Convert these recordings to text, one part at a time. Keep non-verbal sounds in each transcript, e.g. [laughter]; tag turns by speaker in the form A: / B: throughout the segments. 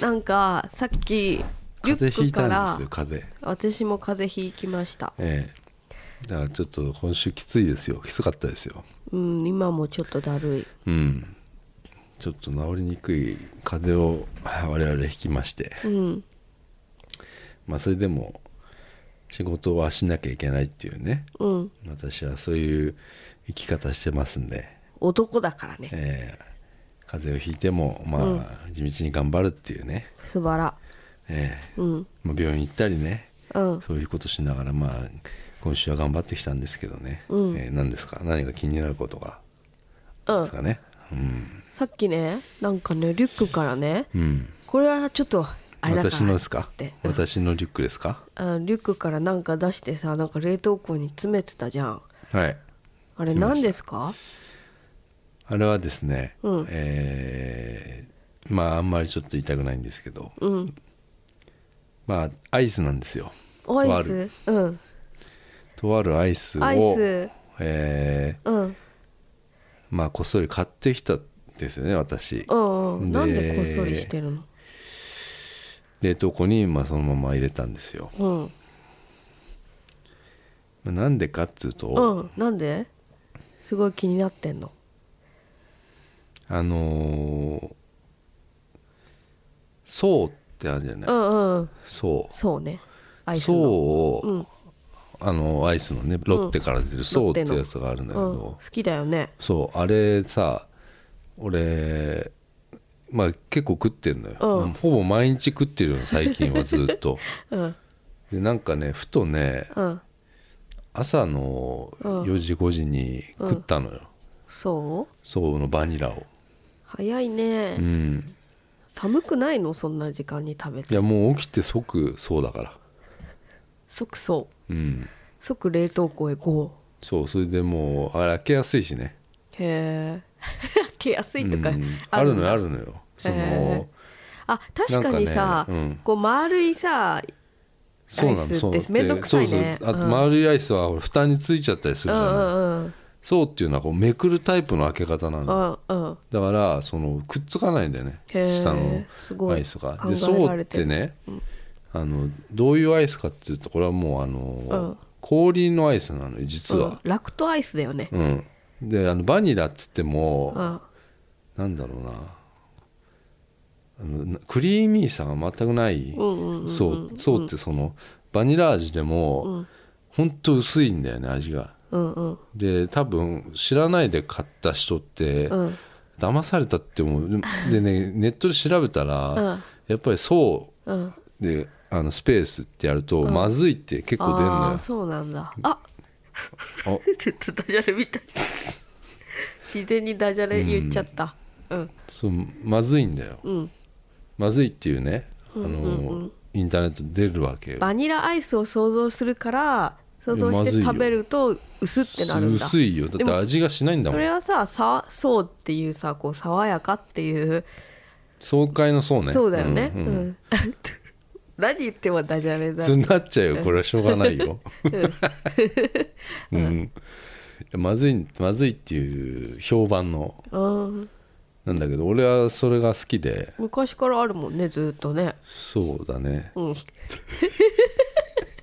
A: なんかさっきリュッ
B: 風邪ひ
A: ク
B: い
A: か
B: た
A: ら
B: んですよ風邪
A: 私も風邪ひきました
B: ええだからちょっと今週きついですよきつかったですよ
A: うん今もちょっとだるい
B: うんちょっと治りにくい風邪を [laughs] 我々引きまして
A: うん
B: まあそれでも仕事はしなきゃいけないっていうね
A: うん
B: 私はそういう生き方してますんで、
A: 男だからね
B: ええ風邪をひいてもまあ地道に頑張るっていうね、
A: 素晴ら
B: ええ
A: うん
B: まあ、病院行ったりね
A: うん
B: そういうことしながらまあ今週は頑張ってきたんですけどね、
A: うん
B: えー何ですか何が気になることが
A: う
B: です
A: ん
B: かねうん、
A: さっきねなんかねリュックからね
B: うん、
A: これはちょっとあれだから
B: 私のですか
A: つってうん
B: 私のリュックですか
A: あリュックからなんか出してさなんか冷凍庫に詰めてたじゃん
B: はい
A: あれ
B: 来ました
A: 何ですか
B: あれはですね、
A: うん
B: えーまああんまりちょっと言いたくないんですけど
A: うん
B: まあアイスなんですよと
A: ア
B: あ
A: イ
B: る
A: スうん
B: とあるアイスを
A: アイス
B: えー
A: うん
B: まあこっそり買ってきたんですよね私
A: うんうんなんで
B: で
A: こっそりしてる
B: 冷凍庫にまあそのまま入れたんですよ
A: の
B: まあな、んでかっつうと、
A: うんうんなんですごい気になってんの
B: あのー、層ってあるじゃな
A: う
B: い
A: んうん
B: 層
A: そうねアイス
B: 層
A: の
B: を、
A: うん
B: あのアイスのねロッテから出てる層ってやつがあるんだけ
A: う
B: ど、
A: ん好きだよね
B: そうあれさ俺まあ結構食ってんのよ、
A: うん
B: ほぼ毎日食ってるの最近はず
A: [laughs]
B: っと
A: うん
B: でなんかねふとね
A: うん
B: 朝の
A: うん
B: 4時5時に食ったのよ、
A: そう
B: 層のバニラを
A: 早いね、
B: うん
A: 寒くないのそんな時間に食べ
B: い
A: て
B: やもう起きて即そうだから
A: 即そう
B: うん
A: 即冷凍庫へ GO
B: そうそれでもうあれ開けやすいしね
A: へえ [laughs] 開けやすいとか
B: うん
A: あ
B: あ
A: る
B: る
A: ん
B: の
A: だ
B: よあるのよそ
A: へ
B: の
A: あ確かにさ、
B: なんかねうん
A: こう丸いさ
B: そうな
A: アイ
B: の
A: スって
B: そうなの
A: めんどくさいね
B: そうそうあと
A: うん
B: 丸いアイスは負担についちゃったりす
A: う
B: るじゃない、
A: んうん
B: そうっていうのはこうめくるタイプの開け方な
A: う
B: の、
A: んうんうん
B: だからそのくっつかないんだよね
A: へえ
B: 下の
A: すごい
B: アイスが
A: 考
B: で
A: え
B: そ
A: ら
B: うっ
A: れて
B: てね、あのどういうアイスかっていうとこれはもうあの、
A: うん
B: 氷のアイスなのよ実は、
A: うんラクトアイスだよね、
B: うんであのバニラっつっても、
A: うん、
B: なんだろうなあのなクリーミーさが全くない、
A: うんうんうんうん
B: そうそうってそのバニラ味で
A: う
B: も
A: ん
B: ほんと薄いんだよね味が
A: うんうん
B: で多分知らないで買った人って
A: うん
B: 騙されたって思う
A: [laughs]
B: でねネットで調べたら
A: うん
B: やっぱりそ
A: うん
B: うであのスペースってやるとまずいって結構出ん
A: あ
B: の
A: あ
B: よ
A: そうなんだあ
B: あ
A: ちょっとダジャレみ
B: [laughs]
A: たい自然にダジャレ言っちゃったうん
B: そうまずいんだよ
A: うん
B: まずいっていうねあの、
A: うんうんうん
B: インターネットで出るわけよ
A: バニラアイスを想像するから想像し
B: まず
A: て
B: いよ
A: 食べると薄ってなるんだ
B: 薄いよだっ
A: で
B: て
A: も
B: 味がしないんだ
A: そ
B: も
A: れ
B: ん
A: はささそうっていうさこう爽やかっていう、
B: 爽快のそうね
A: そうだよね、うん [laughs]
B: んうん
A: 何言ってもダジャレだ
B: そうなっちゃうよこれはしょうがないようんまずいまずいっていう評判の
A: うん
B: なんだけど俺はそれが好きで
A: 昔からあるもんねずっとね
B: そうだね [laughs]
A: うん [laughs]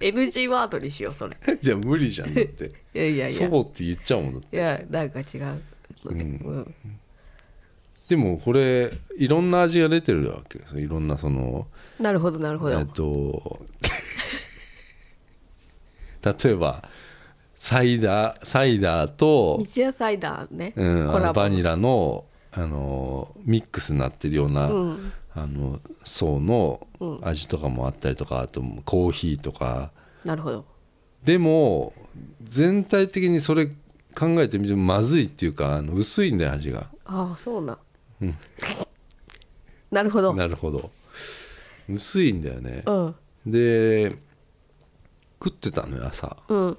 A: NG ワードにしようそれ
B: じゃあ無理じゃんだって
A: いやいやいや
B: そうって言っちゃうもんだって
A: いやなんか違うので、うん
B: でもこれいろんな味が出てるわけですいろんなその
A: なるほどなるほど、
B: えっと [laughs] 例えばサイダーサイダーと
A: 道屋サイダーね、
B: うん、あのバニ
A: ラ
B: ラのあのミックスになってるような、
A: うん
B: あの層の味とかもあったりとかあとコーヒーとか
A: なるほど
B: でも全体的にそれ考えてみてもまずいっていうかあの薄いんだよ味が
A: ああそうな、なるほど
B: なるほど薄いんだよね
A: う、ん
B: で食ってたのよ朝
A: うん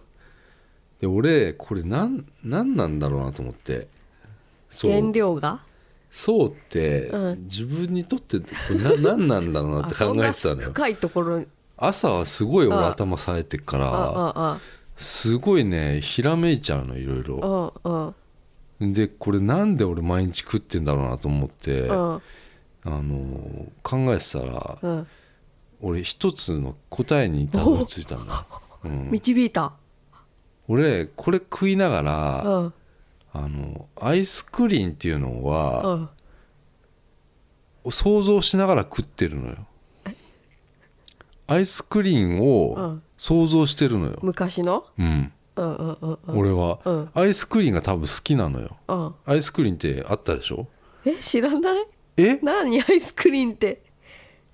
B: で俺これなんなんなんだろうなと思ってそう
A: 原料が
B: そうって、
A: うん
B: 自分にとってこれな [laughs] 何なんだろうなって考え
A: あ
B: てた
A: そん
B: の
A: な
B: よ
A: 深いところに
B: 朝はすごい
A: うん
B: 俺頭冴えてっか
A: あ
B: ら
A: あ
B: すごいねひらめいちゃうのいろい
A: あ
B: ろ
A: ああ
B: でこれなんで俺毎日食ってんだろうなと思って
A: ああ
B: あの考えてたら
A: うん、
B: 俺一つの答えにたどり着いた
A: [laughs]
B: んだ、うん、
A: 導いた、
B: 俺これ食いなが
A: う
B: ら、
A: んうん
B: あのアイスクリーンっていうのは、
A: あ
B: 想像しながら食ってるのよアイスクリーン
A: う
B: を
A: ん
B: 想像してるのよ、
A: 昔の
B: うん、
A: うんうんうんうん
B: 俺は、
A: うん
B: アイスクリーンが多分好きなのよ
A: うん
B: アイスクリーンってあったでしょ
A: え知らない
B: え
A: 何アイスクリーンって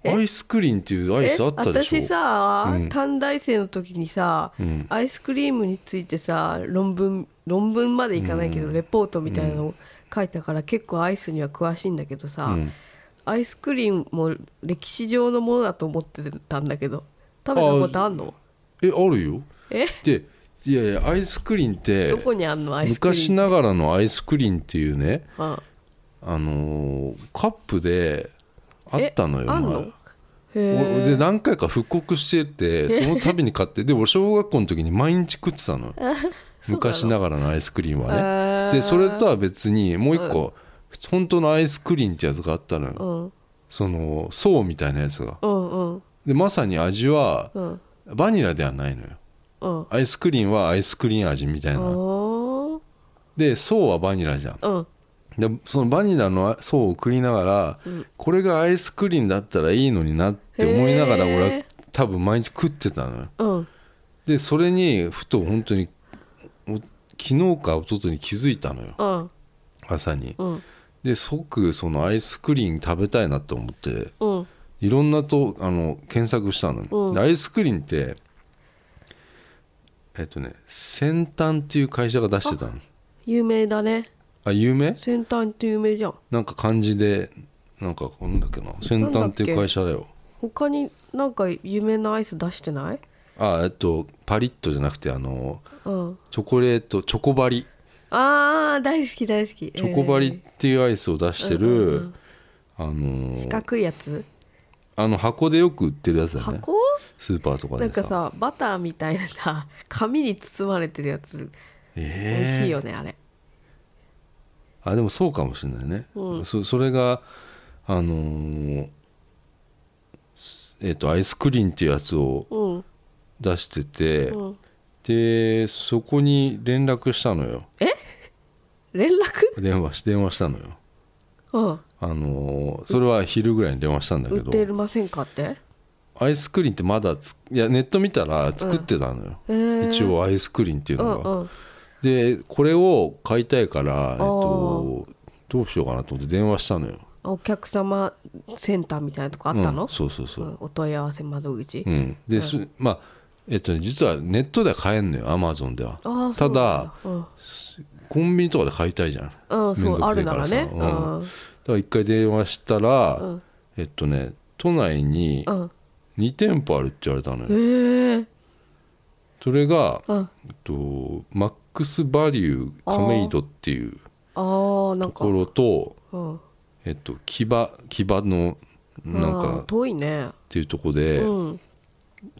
B: アイスクリーンっていうアイスあったでしょ
A: え私さ、
B: うん
A: 短大生の時にさ、
B: うん
A: アイスクリームについてさ論文論文までいかないけど、
B: うん
A: レポートみたいなのを書いたから、結構アイスには詳しいんだけどさ、
B: うん
A: アイスクリームも歴史上のものだと思ってたんだけど食べたことあんの
B: えあるよ
A: え
B: でいやいやアイスクリーンって
A: どこにあんのアイスクリー
B: 昔
A: ム
B: ながらのアイスクリーンっていうね、
A: あ
B: あのーカップであったのよ
A: あん
B: 前
A: のへ
B: おで
A: え
B: 何回か復刻しててその度に買ってで俺小学校の時に毎日食ってたのよ昔ながらのアイスクリーム
A: へ
B: は
A: ー
B: ねでそれとは別にもう一個、本当のアイスクリーンってやつがあったのよ、
A: うん
B: その層みたいなやつが
A: うんうん
B: でまさに味は
A: うん
B: バニラではないのよ
A: うん
B: アイスクリーンはアイスクリーン味みたいな
A: おー
B: で層はバニラじゃん
A: うん
B: でそのバニラの層を食いながら、
A: うん
B: これがアイスクリーンだったらいいのになって思いながら
A: へー
B: 俺は多分毎日食ってたのよ
A: うん
B: でそれにふと本当にお昨日か一昨日に気づいたのよ
A: うん
B: 朝に
A: うん
B: で即そのアイスクリーン食べたいなと思って
A: うん
B: いろんなとあの検索したの、
A: うん
B: でアイスクリーンってえっとね先端っていう会社が出してたの
A: 有名だね
B: あ有名
A: 先端って有名じゃん
B: なんか漢字でなんかこんだっけな先端っていう会社だよ
A: 他になんか有名なアイス出してない
B: あえっとパリッとじゃなくてあの
A: うん
B: チョコレートチョコバリ
A: あー大好き大好き
B: チョコバリっていうアイスを出してる、
A: うんうんうん
B: あの
A: えー四
B: ー
A: 角いやつ
B: あの箱でよく売ってるやつだね
A: 箱
B: スーパーとかで
A: なんかさバターみたいなさ紙に包まれてるやつ美
B: えー
A: 味しいよねあれ
B: あでもそうかもしれないね、
A: うん
B: そそれがあのーすえっ、とアイスクリーンっていうやつを
A: うん
B: 出してて、
A: うん
B: でそこに連絡したのよ
A: 連絡
B: 電話し電話したのよ
A: うん
B: あのーそれは昼ぐらいに電話したんだけ
A: 売って
B: ど
A: ませんかって
B: アイスクリーンってまだついやネット見たら作ってたのよ、
A: えー
B: 一応アイスクリーンっていう
A: う
B: の
A: ん
B: が、
A: うん
B: でこれを買いたいから、えっ
A: お
B: と、どうしようかなと思って電話したのよ
A: お客様センターみたいなとこあった
B: うん
A: の
B: そうそうそう、
A: うんお問い合わせ窓口
B: うん、で、すまあえっとね実はネットでは買えんのよアマゾンでは
A: あーそ
B: た
A: うなん
B: だ
A: うん
B: コンビニとかで買いたいじゃんだか
A: うんそうあ
B: め
A: る
B: んど
A: な
B: く
A: ら
B: せえ
A: ね
B: から
A: う
B: さうん
A: ん
B: ら一回電話したら、
A: うん
B: えっとね都内に
A: うん
B: 2店舗あるって言われたのよ、
A: へえ
B: それが、
A: うん
B: えっと、マックスバリュー亀戸っていう
A: あーな
B: と
A: んか
B: ころと、
A: うん
B: えっと、木場木場のなん
A: あー
B: かっ
A: 遠いね
B: ていうとこで、
A: うん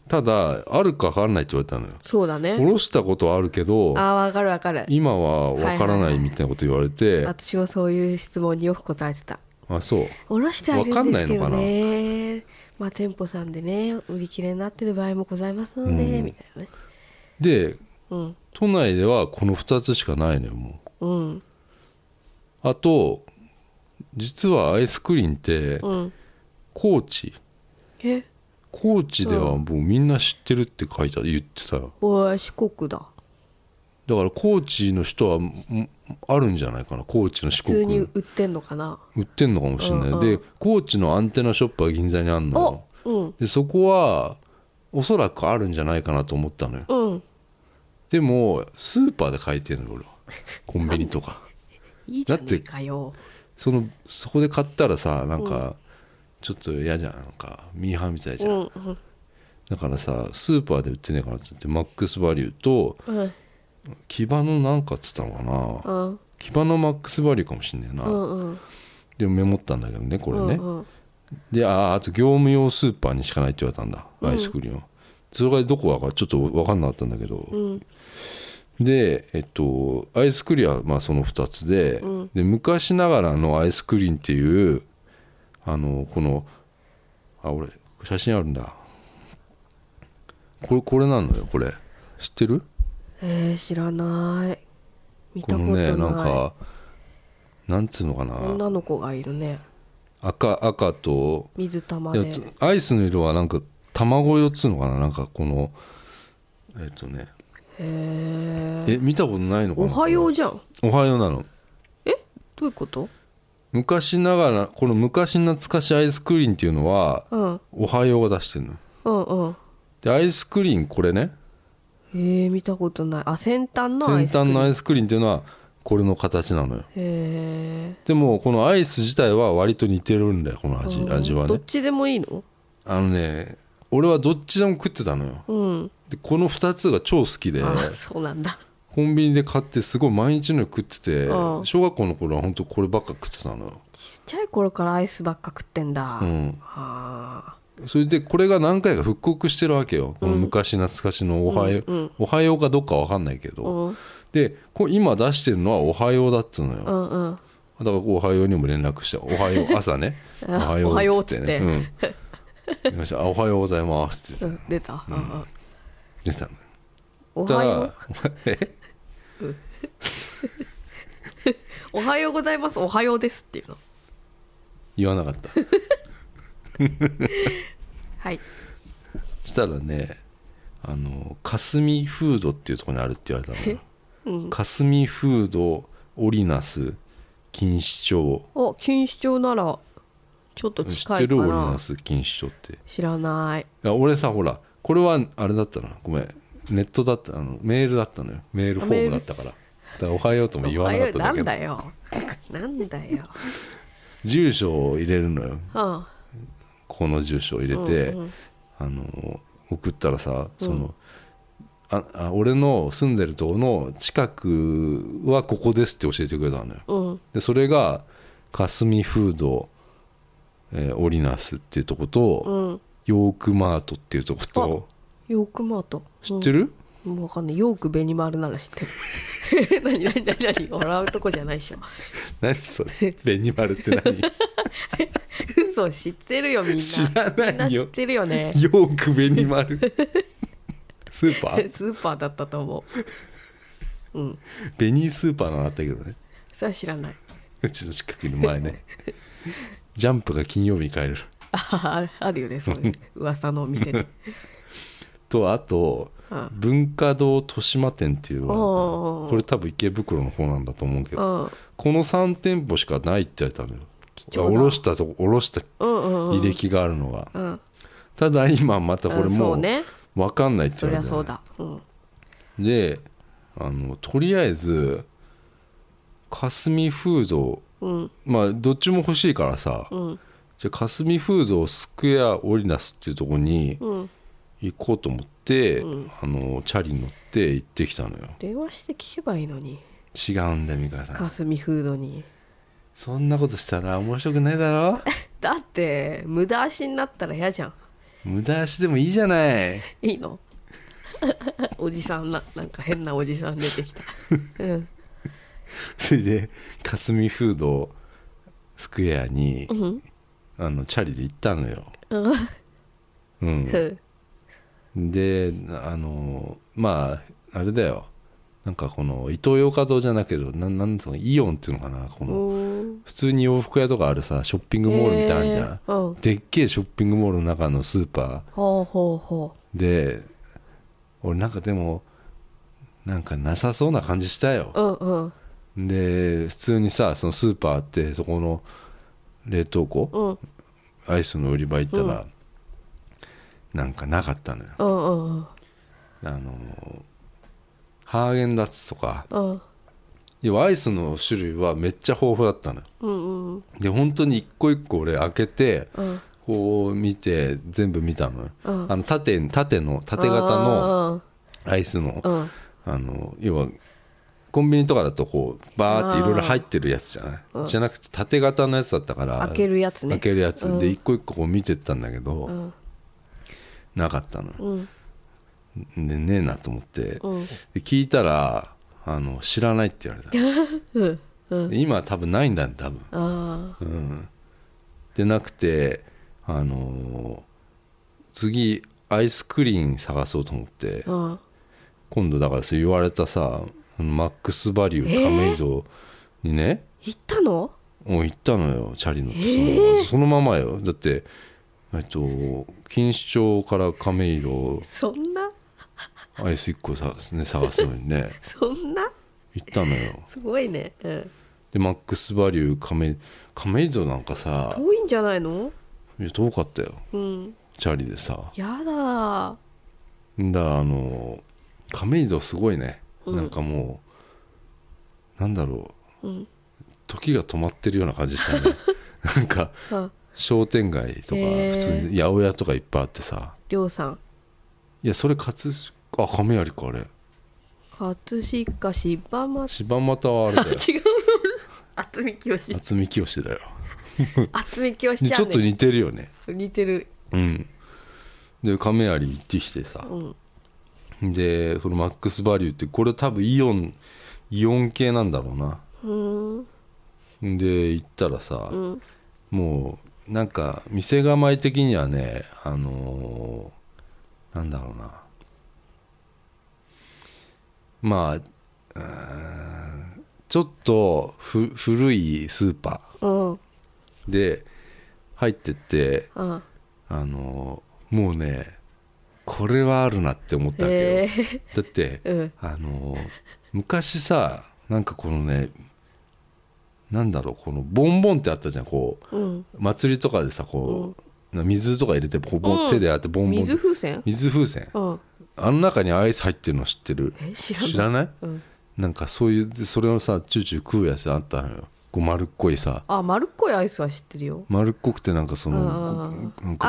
B: ただあるか分からないって言われたのよ
A: そうだ
B: お
A: ね
B: ろしたことはあるけど
A: あーわかるわかる
B: 今は分から
A: はいはい
B: な
A: はいい
B: みたいなこと言われて、
A: 私もそういう質問によく答えてた
B: あそう
A: おろしてはいるんですけ
B: わか
A: ど
B: んな
A: ねまあ店舗さんでね売り切れになってる場合もございますの
B: う
A: で
B: ん
A: みたいなね
B: で
A: うん
B: 都内ではこの2つしかないのよも
A: うん
B: うあと実はアイスクリーンって
A: うん
B: 高知
A: え
B: 高知ではもうみんな知ってるって書いた言ってたよ
A: おい四国だ
B: だから高知の人はんあるんじゃないかな高知の四
A: 普通に
B: 国
A: 売ってんのかな
B: 売ってんのかもしれない、
A: うんうん
B: で高知のアンテナショップは銀座にあんの
A: お
B: よ
A: うん
B: でそこはおそらくあるんじゃないかなと思ったのよ
A: うん
B: でもスーパーで買いてんの俺
A: [laughs]
B: はコンビニとか
A: いいじゃねえかよ
B: そのそこで買ったらさなんか、ちょっと嫌じゃんなんかミーハーみたいじ
A: う
B: ゃん、
A: んうん
B: だからさスーパーで売ってねえかなって言ってマックスバリューと
A: うん
B: 木場のなんかっつったのかな、
A: うん
B: 木場のマックスバリューかもしんねえな、
A: うん
B: でもメモったんだけどねこれね、
A: うんうん
B: であーあと業務用スーパーにしかないって言われたんだアイスクリーンは、それがどこだかちょっと分かんなかったんだけど、
A: うん
B: でえっとアイスクリーンはまあその2つで,、
A: うん
B: で昔ながらのアイスクリーンっていうあのこのあ俺写真あるんだこれこれなのよこれ知ってる
A: えー、知らない見た
B: こ
A: こと
B: の
A: ない
B: ねなんかなんつうのかな
A: 女の子がいるね
B: 赤赤と
A: 水玉
B: い
A: で
B: やつアイスの色はなんか卵色っつうのかななんかこのえっ、とね
A: へえ
B: え見たことないのか
A: お
B: な
A: はようじゃん
B: おはようなの
A: どういうこと
B: 昔ながらこの昔懐かしアイスクリーンっていうのは
A: うん
B: おはようが出してるの
A: うんうん
B: でアイスクリーンこれね
A: えー、見たことないあ先端のアイ
B: 先
A: スクリー
B: 端
A: ム
B: のアイスクリーンっていうのはこれの形なのよ
A: へえ
B: でもこのアイス自体は割と似てるんだよこの味味は
A: ど
B: ね
A: っちでもいいの
B: あのね俺はどっちでも食ってたのよ
A: うん、
B: でこの2つが超好きで
A: あそうなんだ
B: コンビニで買ってすごい毎日のように食ってて
A: うん
B: 小学校の頃は本当こればっか食ってたのよ、
A: ちっちゃい頃からアイスばっか食ってんだ、
B: うん、
A: あ
B: それでこれが何回か復刻してるわけよこの昔懐かしの「おはよう」
A: うんうん
B: おはよう」かどっかわかんないけ
A: ー
B: ど、
A: うん
B: でこ今出してるのは「おはよう」だっつうのよ、
A: うんうん
B: だからおはようにも連絡
A: [laughs]
B: して「おはよう」朝ね「おはよう」っつってね「うん、あおはようございます」って
A: うん出た、うんうん
B: 出たの
A: お
B: そした
A: はよ
B: ら
A: うおはようございますおはようですっていうの
B: 言わなか
A: [laughs]
B: った
A: はい
B: そしたらねあの霞フードっていうところにあるって言われたのよ
A: うん
B: 霞フードオリナス錦糸町
A: お錦糸町ならちょっと
B: 知っ
A: 近
B: て
A: いか
B: るオリ
A: な
B: ナス錦糸町ってい
A: 知らない
B: や俺さほらこれはあれだったなごめんネットだったあのメールだったのよメールフォームだったからだからおはようとも言わなかった
A: お
B: だ
A: はような
B: け
A: ん
B: ど
A: だよなんだよ、
B: 住所を入れるのよ
A: うん、
B: ここの住所を入れて、
A: うんうん
B: あの送ったらさその、ああ俺の住んでるとこの近くはここですって教えてくれたのよ
A: うん
B: でそれが霞フード、えー、オリナスっていうとこと、
A: うん
B: ヨークマートっていうとこと
A: ヨークマート
B: 知って
A: る、う
B: る、
A: んもうわかんないヨークベニマルなら知ってる [laughs] 何何何何笑うとこじゃないでしょ
B: 何そ
A: [laughs]
B: れベニマルって何
A: 嘘知ってるよみんな
B: 知ら
A: みん
B: な
A: ない知っ
B: よ
A: てるよね
B: ヨークベニ
A: [laughs]
B: マルスーパー
A: スーパーだったと思ううん
B: ベニースーパーなのあったけどね
A: それは知らないう
B: ちの近くの前ねジャンプが金曜日に帰る
A: ああるよねそういう噂のお
B: [laughs]
A: 店で
B: とあと
A: うん
B: 文化堂豊島店っていうのがある
A: おうおうおう
B: これ多分池袋の方なんだと思うけ
A: う
B: ど
A: んうん
B: この3店舗しかないって言われたのよ
A: 貴重
B: お
A: だ
B: ろしたとこおろした
A: うんうん
B: 履歴があるのが
A: うん
B: ただ今またこ
A: う
B: れ
A: んそ
B: も
A: うね
B: う分かんないって
A: そ
B: 言
A: り
B: わ
A: ゃ
B: れた
A: そ
B: の
A: う
B: よ
A: だうん
B: であのとりあえず霞フード
A: うん
B: まあどっちも欲しいからさ
A: うん
B: じゃあ霞フードスクエアオリナスっていうとこに
A: うん
B: 行こうと思って、
A: うん
B: あのチャリに乗って行ってきたのよ
A: 電話して聞けばいいのに
B: 違うんだよ美香さん
A: かすみフードに
B: そんなことしたら面白くないだろ
A: だって無駄足になったら嫌じゃん
B: 無駄足でもいいじゃない
A: いいのおじさんななんか変なおじさん出てきたうん
B: それで霞フードスクエアに
A: うん
B: あのチャリで行ったのよ
A: うん
B: うん
A: うん
B: であのまああれだよなんかこのイトーヨーカドーじゃなけどなんなんつうのイオンっていうのかなこの
A: お
B: 普通に洋服屋とかあるさショッピングモールみたいなのあるじゃん、
A: えーうん
B: でっけえショッピングモールの中のスーパー
A: ほうほうほ
B: で俺なんかでもなんかなさそうな感じしたよ
A: ううんうん
B: で普通にさそのスーパーってそこの冷凍庫
A: うん
B: アイスの売り場行ったら、なんかなかったのよ
A: うんうん
B: あのハーゲンダッツとか
A: うん
B: 要はアイスの種類はめっちゃ豊富だったのよ
A: うんうん
B: で本当に一個一個俺開けて
A: うん
B: こう見て全部見たのよ、
A: うん
B: あの縦縦の縦型のアイスの
A: うんうん
B: あの要はコンビニとかだとこうバーっていろいろ入ってるやつじゃない、じゃなくて縦型のやつだったから
A: 開けるやつね
B: 開けるやつ
A: うん
B: で一個一個こう見てったんだけど、
A: うん
B: なかったのよ
A: うん
B: でねえなと思って、
A: うん
B: で聞いたらあの知らないって言われた、
A: [laughs] うん
B: 今は多分ないんだ多分
A: ああ
B: うんでなくてあの次アイスクリーン探そうと思って
A: あ
B: 今度だからそう言われたさあのマックスバリュー亀戸にね、
A: 行ったの
B: もう行ったのよチャリ乗ってその,、
A: え
B: そのままよだってえっと錦糸町から亀戸
A: そんな
B: アイス1個さ、ね、探すの
A: [laughs]
B: にね
A: そんな
B: 行ったのよ
A: すごいね、うん、
B: でマックスバリュー亀亀戸なんかさ
A: 遠いんじゃないの
B: いや遠かったよ
A: うん
B: チャリでさ
A: やだ
B: んだあの亀戸すごいね、
A: うん
B: なんかもうなんだろう
A: うん
B: 時が止まってるような感じした
A: [laughs]
B: ねなんか
A: あ
B: 商店街とか
A: へー
B: 普通に八百屋とかいっぱいあってさ
A: りょうさん
B: いやそれ葛あ亀有かあれ
A: 葛飾柴又
B: 柴又はあれだ
A: [laughs]
B: よ
A: 違う渥美清
B: 渥美清だよ
A: 渥美清
B: で
A: ち
B: ち
A: ゃ
B: ょ
A: ん
B: っと
A: ね
B: 似てるよね
A: 似てる
B: うんで亀有行ってきてさ
A: うん
B: でそのマックスバリューってこれ多分イオンイオン系なんだろうな
A: うん
B: で行ったらさ、
A: うん
B: もうなんか店構え的にはねあのーなんだろうなまあうーんちょっとふ古いスーパ
A: うん
B: ーで入ってって
A: あ
B: あのーもうねこれはあるなって思ったわけ
A: へ
B: よだって
A: えうん
B: あのー昔さなんかこのねなんだろうこのボンボンってあったじゃんこう
A: うん
B: 祭りとかでさこう、水とか入れてこうボン
A: うん
B: 手でやってボンボン
A: 水風船
B: 水風船
A: うん
B: あの中にアイス入ってるの知ってる
A: え知らない
B: 知らない
A: うん
B: なんかそういうでそれをさチューチュー食うやつあったのよこう丸っこいさ
A: あ丸っこいアイスは知ってるよ
B: 丸っこくてなんかその
A: あ
B: なんか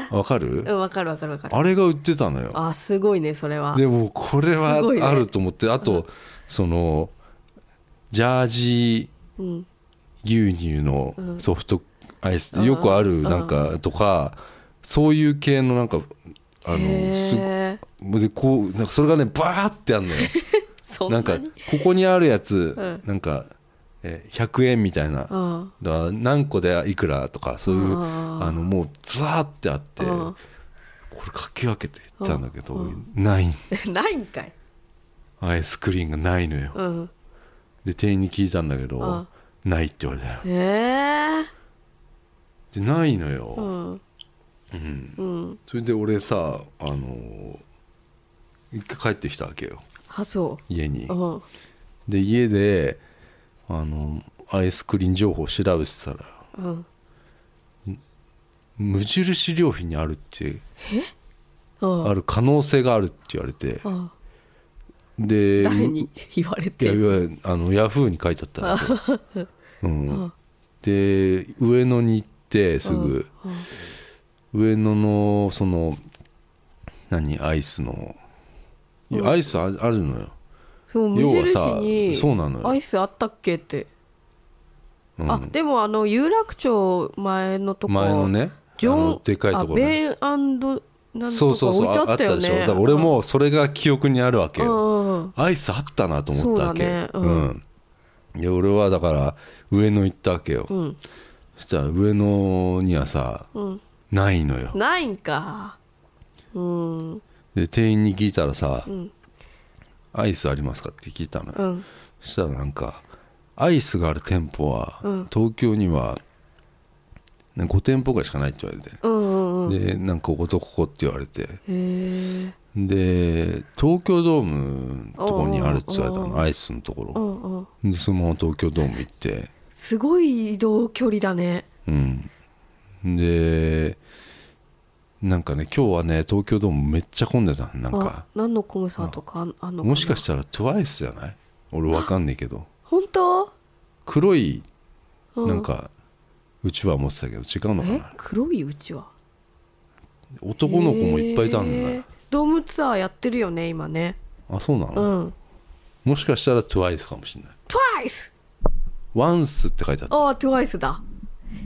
A: あ
B: こうわかる、
A: ーうんわかるわかるわかる
B: あれが売ってたのよ
A: あすごいねそれは
B: でもこれは
A: すごいね
B: あると思って、あと、そのジャージ
A: うん
B: 牛乳の
A: うん
B: ソフトアイス
A: う
B: で
A: ん
B: よくある
A: ん
B: なんかとかそういう系のなんかあのす
A: へえ
B: でこうなんかそれがねバーってあんの
A: [laughs]
B: よ
A: そんな
B: なん
A: に
B: かここにあるやつ
A: うん
B: なんかえー100円みたいなだか
A: あ
B: ら何個でいくらとかそういう
A: あー
B: あのもうズワーってあって
A: うん
B: これかき分けていったんだけ
A: う
B: どない
A: あないんかい
B: アイスクリーンがないのよ
A: うん
B: で店員に聞いたんだけど
A: あ
B: ないって言われたよ
A: へえ
B: でないの
A: う
B: よ
A: ん
B: うん
A: うん
B: それで俺さあのー一回帰ってきたわけよ
A: あそ
B: 家に
A: ううん
B: で家であのアイスクリーン情報を調べてたら
A: うん
B: 無印良品にあるって
A: うん
B: ある可能性があるって言われて
A: あ
B: で
A: 誰に言われ
B: い
A: て
B: やい
A: る
B: やあのヤフーに書いてあったんだけど、うん
A: あ、
B: で上野に行ってすぐ
A: うんうん
B: 上野のその何アイスのいや
A: うん
B: アイスああるのよ
A: そう無
B: 要は
A: 印
B: さ
A: に
B: そうなのよ
A: アイスあったっけって、
B: うん
A: あでもあの有楽町前のとこ
B: 前のね
A: ジョ
B: あ
A: ン
B: のでかいところ
A: あ
B: ね
A: ベンアンドなんと
B: そう
A: か
B: そう
A: 置
B: そ
A: いうてあ
B: あ
A: っ
B: ったた
A: よね
B: でしょだから俺もそれが記憶にあるわけ
A: うん
B: よ
A: うんうん
B: アイスあったなと思ったわけ
A: そうだね
B: う
A: うんん、
B: で俺はだから上野行ったわけよ、
A: うん
B: そしたら上野にはさ
A: うん
B: ないのよ
A: ないんかうん
B: で店員に聞いたらさ、
A: ん
B: アイスありますかって聞いたのよ、
A: うん
B: そしたらなんかアイスがある店舗は、
A: うん
B: 東京には5店舗ぐらいしかないって言われて、
A: うんうんうんへ
B: でなんかこことここって言われて
A: え
B: で東京ドームのとこにあるって言われた
A: おうおう
B: のアイスのとこ
A: う
B: ろ
A: んうん
B: でそのまま東京ドーム行って
A: すごい移動距離だね
B: うんでなんかね今日はね東京ドームめっちゃ混んでたのなんか
A: あ何のコンサートかああんのかな
B: もしかしたら TWICE じゃない俺わかんねえけど
A: 本当
B: 黒い
A: うん
B: なんかうちわ持ってたけど違うのか
A: え
B: な
A: 黒いうちは
B: 男の子もいっぱいいたんだ
A: へ
B: ね
A: ードームツアーやってるよね今ね
B: あそうな
A: う
B: の
A: ん
B: もしかしたら TWICE かもしれない
A: TWICE!
B: ONCE って書いてあった
A: ああ TWICE だ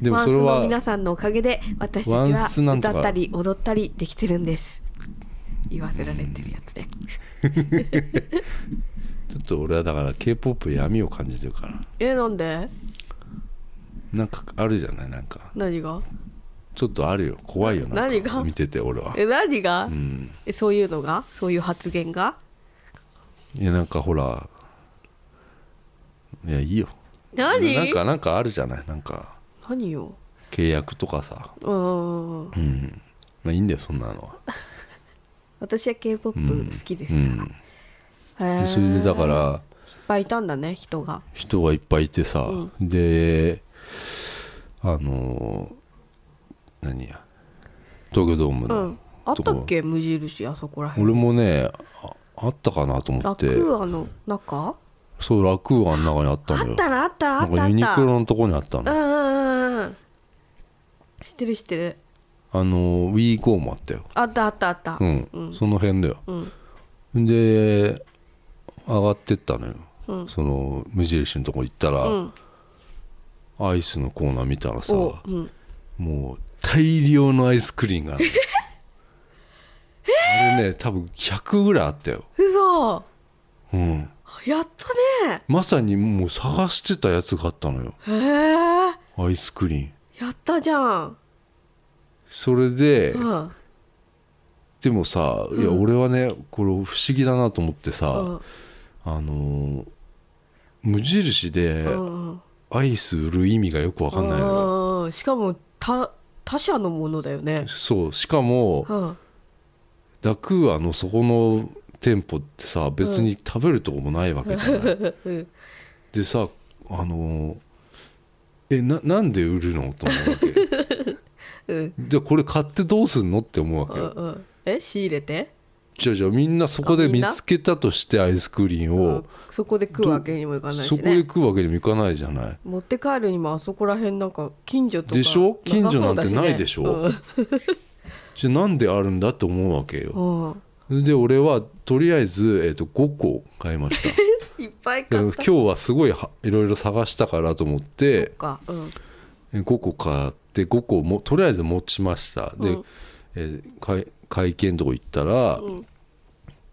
B: でも
A: ワン
B: そ
A: ス
B: れ
A: の
B: は
A: 皆さんのおかげで私た
B: ワンス
A: ち
B: な
A: は
B: んと
A: 歌
B: か
A: ったり踊ったりできてるんです言わせられてるやつで
B: ちょっと俺はだから k p o p 闇を感じてるから
A: えなんで
B: なんかあるじゃないなんか
A: 何が
B: ちょっとあるよ怖いよな
A: な何
B: んか
A: が
B: 見てて俺は
A: え何が、
B: うん
A: えそういうのがそういう発言が
B: いやなんかほらいやいいよ
A: 何
B: なんかなんかあるじゃないなんか
A: 何よ
B: 契約とかさ
A: うんうんうん
B: うんまあいいんだよそんなのは
A: 私は k p o p
B: うん
A: 好きで
B: う
A: すから、
B: ん
A: へ
B: で
A: ー
B: それでだか
A: いっ
B: ら
A: ぱいいたんだね人が
B: 人がいっぱいいてさ、
A: う
B: であの何や東京ドーム
A: う
B: の、
A: んあったっけ無印あそこらへん
B: 俺もねああったかなと思
A: ラ
B: って
A: クーアの中
B: そうラクーアの中にあった
A: あ
B: のよ
A: ったなあったなあ
B: な
A: っ
B: ん
A: た
B: か
A: あ
B: ユ
A: っ
B: ニ
A: た
B: クロのとこにあった
A: う
B: の
A: んうんうんうん知ってる知ってる
B: あの WeGo もあったよ
A: あったあったあった
B: うん、
A: うん
B: その辺だよ
A: うん
B: で上がってったのよ
A: うん
B: その無印のとこ行ったら、
A: うん
B: アイスのコーナー見たらさ
A: おうん
B: もう大量のアイスクリーンが
A: [laughs]
B: あるのあれね多分100ぐらいあったよ、
A: 嘘
B: うん、
A: やったね
B: まさにもう探してたやつがあったのよ
A: へえ
B: アイスクリーン
A: やったじゃん
B: それで、
A: うん
B: でもさ、いや
A: うん
B: 俺はねこれ不思議だなと思って
A: う
B: さ、
A: ん
B: あのー無印で
A: うんうん
B: アイス売る意味がよくわかんないのよ、
A: うんしかも他他社のものだよね
B: そうしかも
A: うん
B: ダクーアのそこの店舗ってさ別に食べるとこもないわけじゃない、
A: うん
B: でさあのーえななんで売るのと思うわ
A: [laughs]
B: け
A: うん
B: でこれ買ってどうすんのって思うわけ
A: うん
B: よ
A: うんえ仕入れて
B: じゃあじゃあみんなそこで
A: あみん
B: 見
A: な
B: つけたとしてアイスクリーン
A: う
B: を
A: ん、そこで食うわけにもいかない
B: そ
A: し
B: こで
A: ね
B: 食うわけにもいかないじゃない
A: 持って帰るにもあそこら辺なんか近所とか
B: でしょ
A: なさ
B: 近
A: そ
B: 所
A: う
B: な
A: だ
B: ん
A: してね
B: ないでしょじゃあなんであるんだって思うわけよ
A: うんうん
B: で俺はとりあえず、えー、と5個買いました
A: [laughs] いっぱい
B: で
A: 買
B: 今
A: った
B: 日はすごいはいろいろ探したからと思って
A: かうん
B: 5個買って5個もとりあえず持ちましたで、
A: うん
B: えー会会計のとこ行ったら、
A: うん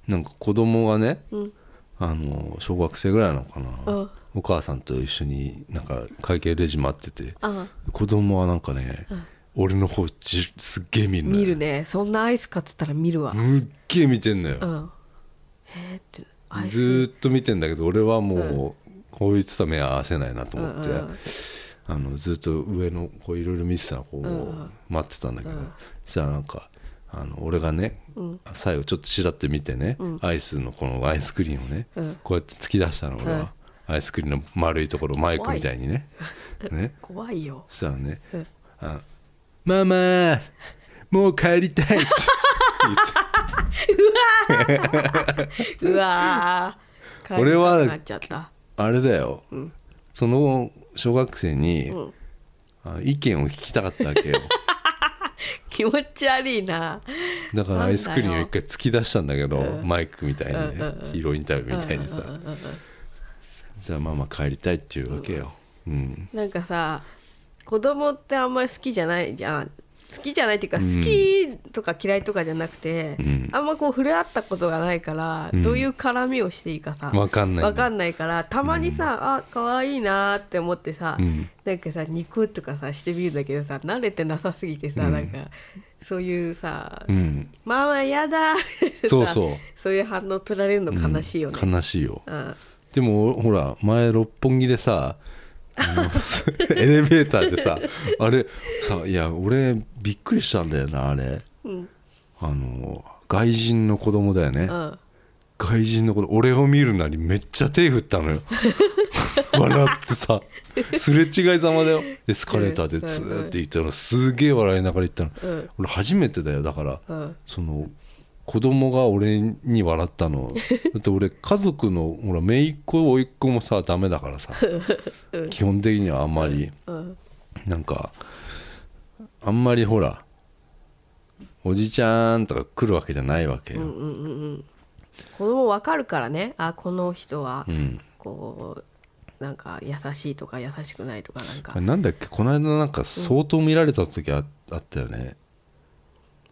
B: なんか子供がね
A: うん
B: あの小学生ぐらいなのかな、
A: うん
B: お母さんと一緒になんか会計レジ待ってて
A: あ
B: 子供はなんかね、俺の方じすっげえ見るのよ
A: 見るねそんなアイス買ってたら見るわ
B: むっげえ見てんのよ、
A: うんえーってアイ
B: ず
A: ス
B: ーっと見てんだけど俺はもう、こういつと目は合わせないなと思って、
A: うんうん
B: あのずっと上のこういろいろ見てたのこう、
A: うんうん
B: 待ってたんだけど、
A: うん
B: そしたらなんかあの俺がね、
A: うん
B: 最後ちょっとちらって見てね、
A: うん
B: アイスのこのアイスクリーンをね、
A: うん
B: こうやって突き出したの俺は、アイスクリーンの丸いところマイクみたいにねね
A: 怖いよ
B: そしたらね
A: うん
B: 「あママもう帰りたい」って言って
A: うわー
B: [laughs] 俺は
A: 帰りたくなっちゃった
B: あれだよ、その小学生に、
A: うん
B: あ意見を聞きたかったわ
A: [laughs]
B: けよ
A: 気持ち悪いな
B: だからアイスクリーンを一回突き出したんだけど、
A: うん
B: マイクみたいにね、
A: うんうんうん
B: ヒーローインタビューみたいにさ、
A: うんうんうんうん
B: じゃあママ帰りたいっていうわけよ、うん
A: なんかさ子供ってあんまり好きじゃないじゃん好きじゃないっていうか好きとか嫌いとかじゃなくて、
B: うん
A: あんまこう触れ合ったことがないから、
B: うん
A: どういう絡みをしていいかさ
B: わかんないんだ
A: わかんないからたまにさ、あ可愛いなーって思ってさ、
B: うん
A: なんかさニコッとかさしてみるんだけどさ慣れてなさすぎてさ、
B: うん
A: なんかそういうさ
B: うん
A: 「ママやだー」ってさ
B: そうそう
A: そういう反応取られるの悲しいよね。
B: うん悲しいよ
A: うん
B: でもほら前六本木で
A: [laughs]
B: さあの [laughs] エレベーターでさあれさいや俺びっくりしたんだよなあれ
A: うん
B: あの外人の子供だよね、
A: うん
B: 外人のこと俺を見るなりめっちゃ手振った
A: [laughs]
B: のよ笑ってさすれ違いざまだよエスカレーターでずーって行ったのすげえ笑いながら行ったの
A: うん
B: 俺初めてだよだから
A: うん
B: その子供が俺に笑ったのだって俺家族のほら姪っ子甥っ子もさダメだからさ基本的にはあんまり
A: うん
B: なんかあんまりほらおじちゃんとか来るわけじゃないわけよ、
A: うんうんうんうん子供わかるからねあこの人は
B: うん
A: こうなんか優しいとか優しくないとかなんか
B: あなんだっけこの間なんか相当見られた時あ,、あったよね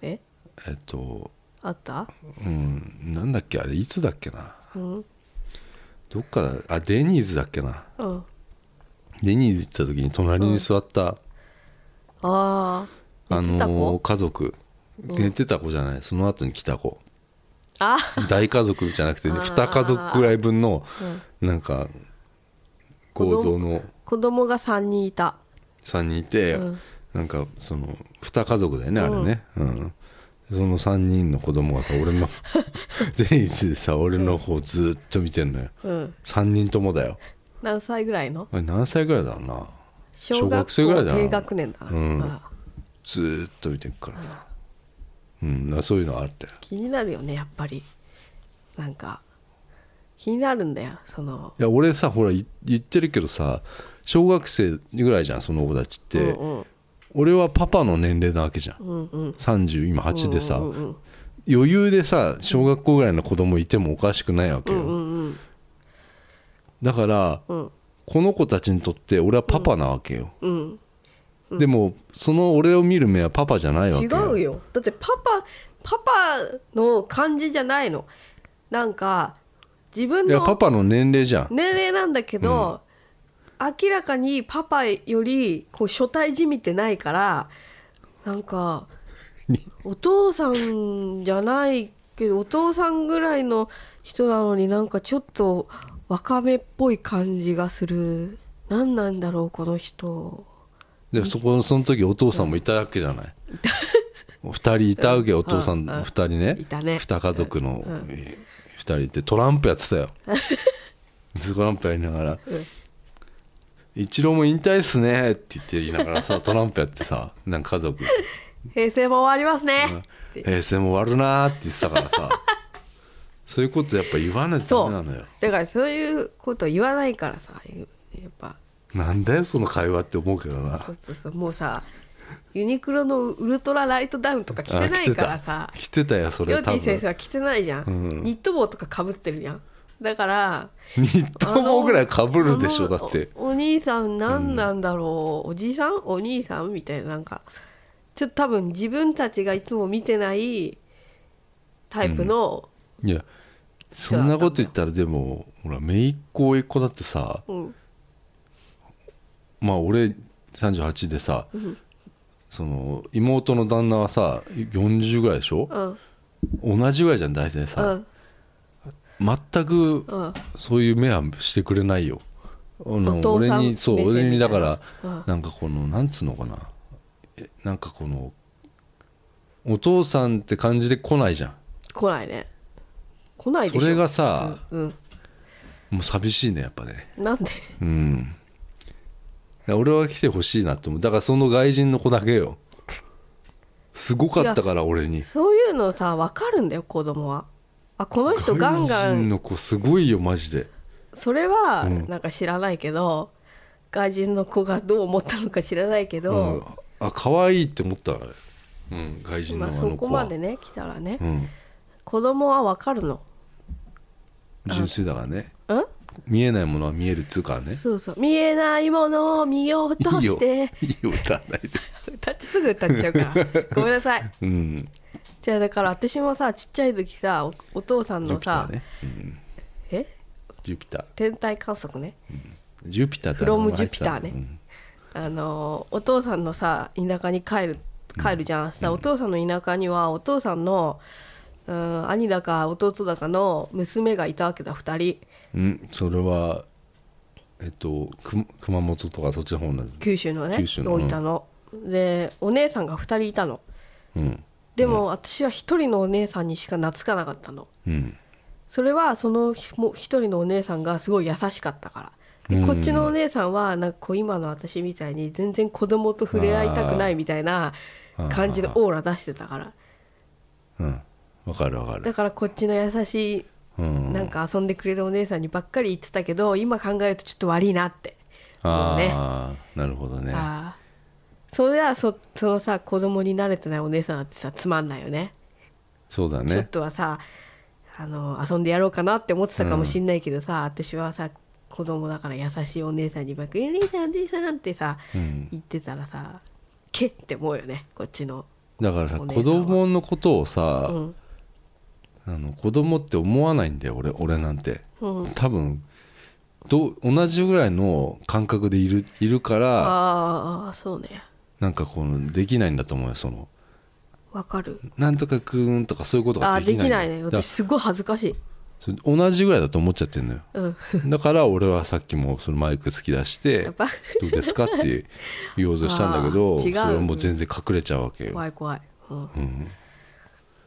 A: え
B: えっと
A: あった、
B: うんなんだっけあれいつだっけな
A: うん
B: どっかだあデニーズだっけな
A: うん、
B: デニーズ行った時に隣に座った、
A: ああ
B: あ
A: 寝てた
B: のー
A: 子
B: 家族寝てた子じゃないその後に来た子
A: あ
B: 大家族じゃなくてね
A: あー
B: 2家族ぐらい分のなんか行動の
A: 子供が3人いた
B: 3人いて、
A: うん
B: なんかその2家族だよねあれね、うんその3人の子供がさ
A: [laughs]
B: 俺のデニーズでさ俺の方ずっと見てんのよ
A: うん
B: 3人ともだよ
A: 何歳ぐらいの
B: あれ何歳ぐらいだろうな
A: 小学
B: 小学
A: 生
B: 生ぐ
A: ぐ
B: ら
A: ら
B: い
A: いだ
B: だな
A: 低学年だな、
B: うん
A: ああ
B: ずーっと見てるからなうんなそういうのあったよ
A: 気になるよねやっぱりなんか気になるんだよその
B: いや俺さほらい言ってるけどさ小学生ぐらいじゃんその子たちって、
A: うん
B: 俺はパパの年齢なわけじゃん
A: うんうんうん
B: 30今8でさ、
A: うんうん
B: 余裕でさ小学校ぐらいの子供いてもおかしくないわけよ、
A: うん
B: だから
A: うん
B: この子たちにとって俺はパパなわけよ、
A: うん
B: でもその俺を見る目はパパじゃないわけ
A: 違うよだってパパパパの感じじゃないのなんか自分
B: いやパ
A: の
B: パの年齢じゃん
A: 年齢なんだけど、明らかにパパよりこう初対じみてないからなん
B: [laughs]
A: かお父さんじゃないけどお父さんぐらいの人なのになんかちょっと若めっぽい感じがする何なんだろうこの人
B: でそこその時お父さんもいたわけじゃない2人いたわけよお父さん
A: うんうん
B: 2人ね
A: いたね
B: 2家族の
A: うん
B: 2人いてトランプやって
A: [laughs]
B: たよトランプやりながら
A: うん
B: 「イチローも引退っすね」って言って言いながらさトランプやってさなんか家族
A: 平成も終わりますね、
B: 「平成も終わるな」って言ってたか
A: [laughs]
B: らさそういうことやっぱ言わないと
A: そ
B: ダメな
A: う
B: のよ
A: だからそういうこと言わないからさやっぱ
B: なんだよその会話って思うけどな
A: そうそうそうもうさユニクロのウルトラライトダウンとか着てないからさ
B: あ来てた来てたよそ
A: ヨ
B: れ
A: ーテ
B: 多
A: ィ先
B: 分
A: 生は着てないじゃん、
B: うん
A: ニット帽とかかぶってるじゃんだから
B: ニット帽ぐらいかぶるでしょ
A: あの
B: だって
A: おお兄さん何なんだろう、おじさんお兄さんみたいななんかちょっと多分自分たちがいつも見てないタイプの、
B: いやそんなこと言ったらでもほら姪っ子甥っ子だってさ
A: うん
B: まあ俺38でさ
A: うん
B: その妹の旦那はさ40ぐらいでしょ
A: うん
B: 同じぐらいじゃん大体
A: う
B: さ
A: ん
B: 全く
A: うん
B: そういう目はしてくれないよあの
A: お父
B: 俺
A: さん
B: にそ
A: 目
B: う
A: 線
B: 俺に
A: み
B: だ
A: たいな
B: から
A: うん
B: なんかこのなんつうのかなえなんかこのお父さんって感じで来ないじゃん
A: 来ないね来ないでし
B: そ
A: ょ
B: れがさ
A: うん、
B: もう寂しいねやっぱね
A: なんで
B: うんいや俺は来てほしいなと思うだからその外人の子だけよすごかったから俺に
A: そういうのさ分かるんだよ子供はあこの人ガンガ
B: 外人
A: ン
B: の子すごいよマジで
A: それは
B: うん
A: なんか知らないけど、外人の子がどう思ったのか知らないけ
B: うん
A: ど、
B: あ可愛いって思ったあれうん外人の
A: ま
B: あ
A: あ、
B: の
A: そ
B: 子
A: こ
B: は
A: までね来たらね、
B: うん
A: 子供は分かるの
B: 純粋だからね
A: うん
B: 見えないものは見えるっつうからね
A: そうそう見えないものを見ようと
B: いい
A: し
B: よいい
A: て
B: よ歌わないで
A: 歌っちすぐ歌っちゃう
B: [laughs]
A: からごめんなさい
B: うん
A: じゃあだから私もさちっちゃい時さおお父さん
B: ジュ
A: の
B: ピター
A: さ、
B: ね、うん、
A: え
B: ジュピター
A: 天体観測ね
B: ジュピターって名
A: From
B: 前入ってた
A: Jupiter ね
B: うん
A: あのお父さんのさ田舎に帰る帰るじゃん、さお父さんの田舎にはお父さんの、うん、兄だか弟だかの娘がいたわけだ2人
B: うん、それはえっとく熊本とかそっちの方なんです、
A: 九州のね
B: 九州の
A: 大分の、でお姉さんが2人いたの
B: うん
A: でも、私は1人のお姉さんにしか懐かなかったの
B: うん、
A: それはそのひも1人のお姉さんがすごい優しかったから
B: うん
A: でこっちのお姉さんはなんかこう今の私みたいに全然子供と触れ合いたくないみたいな感じのオーラ出してたから
B: うん、わかるわかる
A: だからこっちの優しい
B: うん
A: なんか遊んでくれるお姉さんにばっかり言ってたけど今考えるとちょっと悪いなって思うね
B: ああなるほどね
A: ああそれはそそのさ子供に慣れてないお姉さんだってさつまんないよね
B: そうだ
A: ちょっ
B: ね
A: とはさあの遊んでやろうかなって思ってたかもしんないけどさ、私はさ子供だから優しいお姉さんにばっかり「お姉さんお姉さん」ってさ、
B: うん
A: 言ってたらさけって思うよねこっちの。
B: だからさ
A: お姉
B: 子
A: さんは
B: 供のことを
A: う
B: さ、
A: ん
B: あの子供って思わないんだよ俺俺なんて
A: うん
B: 多分どう同じぐらいの感覚でいるいるから
A: ああそうね
B: なんかこのできないんだと思うよその
A: わかる
B: なんとかくんとかそういうこと
A: あ
B: が
A: あ
B: で
A: で
B: きない
A: きないね
B: だから
A: 私すごい恥ずかしい
B: それ同じぐらいだと思っちゃってるのよ
A: うん
B: だから俺はさっきもそのマイク突き出して
A: やっぱ
B: どうですかって言おうとしたんだけ
A: あ
B: どそ
A: ー違う
B: れはもう全然隠れちゃうわけよ
A: 怖い怖い、うん、
B: うん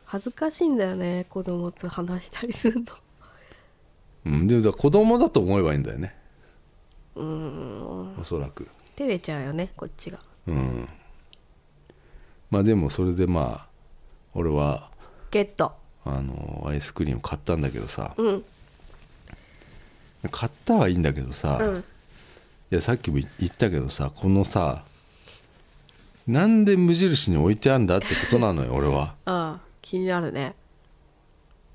A: 恥ずかしいんだよね子供と話したりするの [laughs]
B: うん、でもだから子供だと思えばいいんだよね
A: うーん
B: おそらく
A: 照れちゃうよねこっちが
B: うんまあでもそれでまあ俺は
A: ゲット
B: あのアイスクリーム買ったんだけどさ
A: うん
B: 買ったはいいんだけどさ、
A: うん
B: いやさっきも言ったけどさこのさなんで無印に置いてあんだってことなのよ俺は
A: ああ気になるね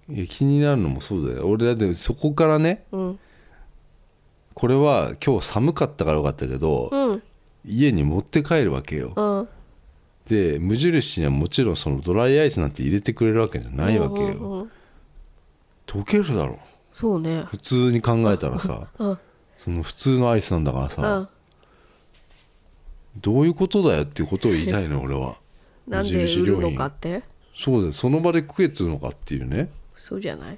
B: いや気になるのもそうだよ俺だってそこからね
A: うん
B: これは今日寒かったからよかったけど、
A: うん
B: 家に持って帰るわけよ
A: うん
B: で無印にはもちろんそのドライアイスなんて入れてくれるわけじゃないわけよ、
A: うんうんうん
B: 溶けるだろ
A: そうね
B: 普通に考えたらさ
A: うん
B: その普通のアイスなんだから
A: う
B: さ、
A: ん
B: どういうことだよっていうことを言いたいの俺は
A: なんで売るのかって
B: そうだよその場で食えっつうのかっていうね
A: そうじゃない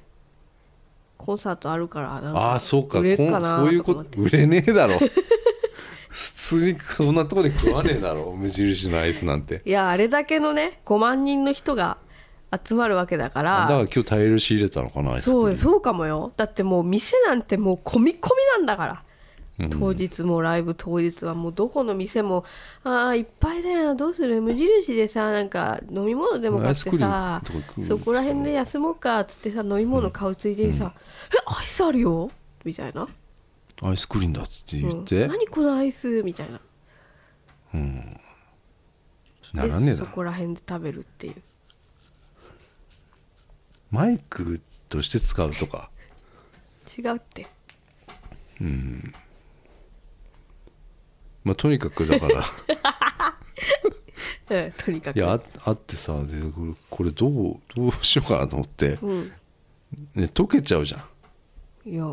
A: コンサートあるからなん
B: ああーそうか
A: 売れるか
B: こん
A: な
B: そうい
A: と
B: う
A: か
B: こ
A: 思っ
B: と
A: て
B: 売れねえだろ普通にこんなとこで食わねえだろ無印のアイスなんて
A: いやあれだけのね5万人の人が集まるわけだか
B: だ
A: ら
B: から今日大量仕入れたのかなアイス
A: そうそうかもよだってもう店なんてもう込み込みなんだから、
B: うん
A: 当日もライブ当日はもうどこの店もああいっぱいだよどうする無印でさなんか飲み物でも買って
B: ア
A: さ
B: イスクリームとか食う
A: そこら辺で休もうかっつってさ飲み物買うついでにさ「えアイスあるよ」みたいな
B: アイスクリーンだっつって
A: 「う
B: 言
A: ん
B: って、
A: 何このアイス」みたいな
B: なら
A: で
B: ねえだ
A: そ
B: ろ
A: こら辺で食べるっていう
B: マイクとして使うとか
A: 違うって [laughs]
B: まあとにかくだから
A: [laughs] うんとにか
B: い
A: く
B: やああってさでこれこれどうどうしようかなと思って、
A: うん
B: ね、溶けちゃうじゃん
A: いや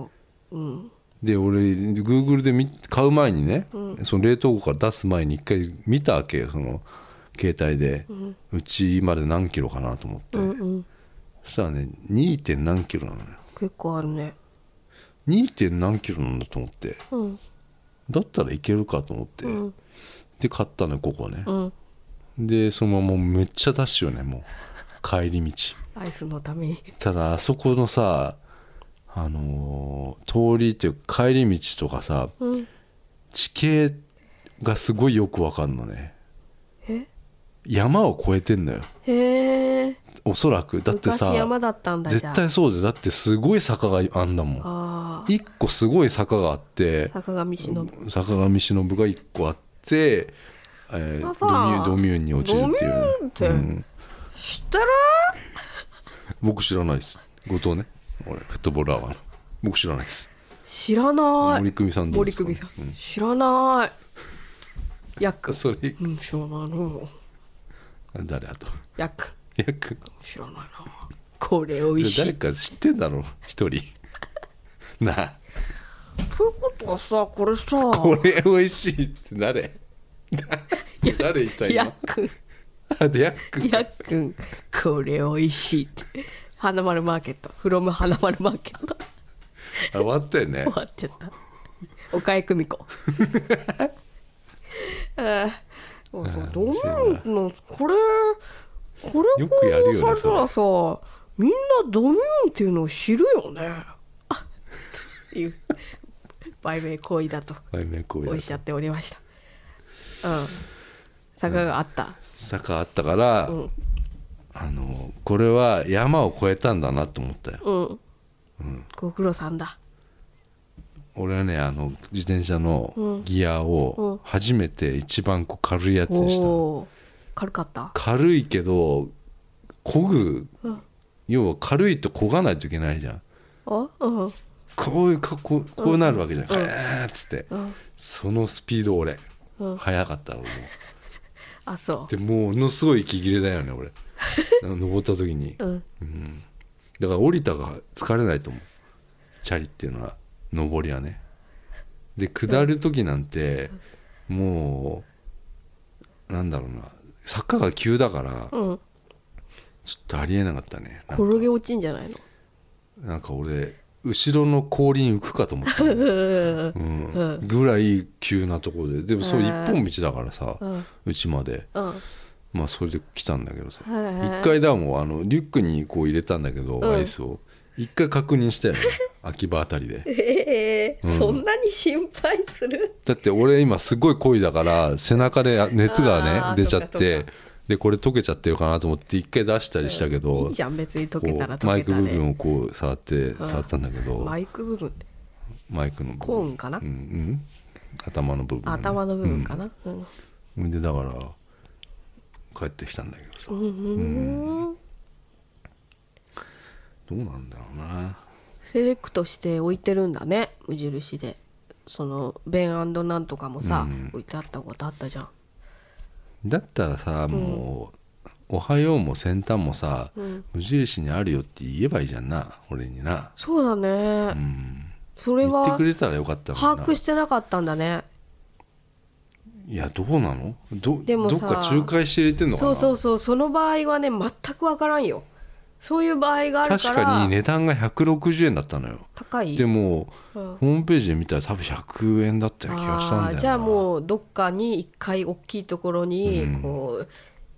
A: うん
B: で俺グーグルで見買う前にね、その冷凍庫から出す前に一回見たわけよその携帯で、うちまで何キロかなと思って、
A: うんうん
B: そしたらね 2. 点何キロなのよ
A: 結構あるね
B: 2. 点何キロなんだと思って
A: うん
B: だったらいけるかと思って、
A: うん
B: で買ったのよここね
A: う、ん
B: でそのままめっちゃ出しよねもう帰り道
A: アイスのために
B: ただあそこのさあのー通りっていうか帰り道とかさ
A: うん
B: 地形がすごいよくわかんのね
A: え
B: 山を越えてんのよ
A: へえ
B: おそらくだって
A: 昔
B: さ
A: 山だったんだじゃ
B: 絶
A: あ
B: 対そうでだってすごい坂があんだもん
A: ああ
B: 一個すごい坂があって
A: 坂上忍
B: 坂上忍が一個あって、え
A: あ
B: ードミュ
A: さあ
B: ドミューンに落ちるってい
A: ド
B: うね
A: ミューンって
B: うん
A: 知ってる
B: 僕知らないです後藤ね俺フットボールアワーの僕知らないです
A: 知らない
B: 森久美さんどうで
A: 森
B: す
A: 久
B: か
A: 美さん知らないヤック
B: それ
A: うん知らないの
B: 誰あと
A: ヤック
B: 役
A: 知らないなこれ美味し
B: 誰
A: い
B: か知ってんだろう一
A: [laughs]
B: 人なあ
A: ということはさこれさ
B: これ美味しいって誰だ誰言った
A: ヤッ
B: 今
A: ク
B: あでヤック
A: ヤックンこれ美味しいって花丸マーケットフロム花丸マーケット
B: あ終わったよね
A: 終わっちゃった岡井久美子 [laughs] えーもうさどんなんこれこれ
B: よくやる
A: 放
B: よね
A: 送されたらさ、みんなドミューンっていうのを知るよねあっていう売名行為だと
B: はいめこう
A: お
B: や
A: っしゃっておりましたうん坂があった、
B: 坂あったから、
A: ん
B: あのこれは山を越えたんだなと思ったよ
A: うん、ご苦労さんだ
B: 俺はねあの自転車のギア
A: うんうん
B: を初めて一番こう軽いやつ
A: お
B: にしたの、
A: おー軽かった
B: 軽いけど漕ぐ、
A: うん
B: 要は軽いと漕がないといけないじゃん
A: あうん
B: こういうかこうこうなるわけじゃん、
A: うん
B: へーっつって、
A: うん
B: そのスピード俺、
A: うん
B: 速かった俺も
A: あそ
B: でもうものすごい息切れだよね
A: [laughs]
B: 俺あの登った時に
A: ううん
B: だから降りたが疲れないと思うチャリっていうのは登りはねで下る時なんてもうなんだろうな坂が急だから
A: うん
B: ちょっとありえなかったねなんか
A: 転げ落ちんじゃないの
B: なんか俺後ろの氷に浮くかと思ったの、
A: うん
B: うん
A: うん
B: ぐらい急なところででもそれ
A: へ
B: 一
A: ー
B: 本道だからさ
A: うん
B: うちまで
A: うん
B: まあそれで来たんだけどさ
A: へー
B: 一回だもんあのリュックにこう入れたんだけど、
A: うん
B: アイスを一回確認
A: [laughs]
B: したよね秋葉あたりで
A: ええ
B: うん
A: そんなに心配する
B: だって俺今すごい濃いだから背中で熱が
A: あー
B: ね出ちゃっ
A: そってか
B: でこれ溶けちゃってるかなと思って一回出したりしたけど、
A: いいじゃん別に溶
B: こ
A: けたら
B: うマ
A: 溶け
B: イク
A: た
B: 部
A: で
B: 分をこう触って触ったんだけど
A: マイク部分
B: マイクの部分
A: コーンかな
B: うんうん頭の部分ね、
A: 頭の部分かな、うん
B: うんでだから帰ってきたんだけどさ
A: うんうん
B: どうなんだろうな
A: セレクトして置いてるんだね無印でそのベンなんとかもさ、
B: うん
A: 置いてあったことあったじゃん
B: だったらさもう「おはよう」も先端もさ、
A: うん
B: 無印にあるよって言えばいいじゃんな俺にな
A: そうだね、
B: うん
A: それ
B: 言って
A: は
B: くれたらよかったのに
A: 把
B: な
A: 握してなかったんだね
B: いやどうなのど
A: でも
B: どっ
A: さ
B: か仲介して入れてんのか
A: そ
B: な
A: うそうそうその場合はね全くわからんよそういう場合があるか
B: 確
A: ら
B: かに値段が160円だったのよ
A: 高い
B: でも
A: うん
B: ホームページで見たら多分100円だったような気がしたん
A: あ
B: だよ
A: ー
B: な
A: じゃあもうどっかに一回大きいところに
B: うん
A: こう、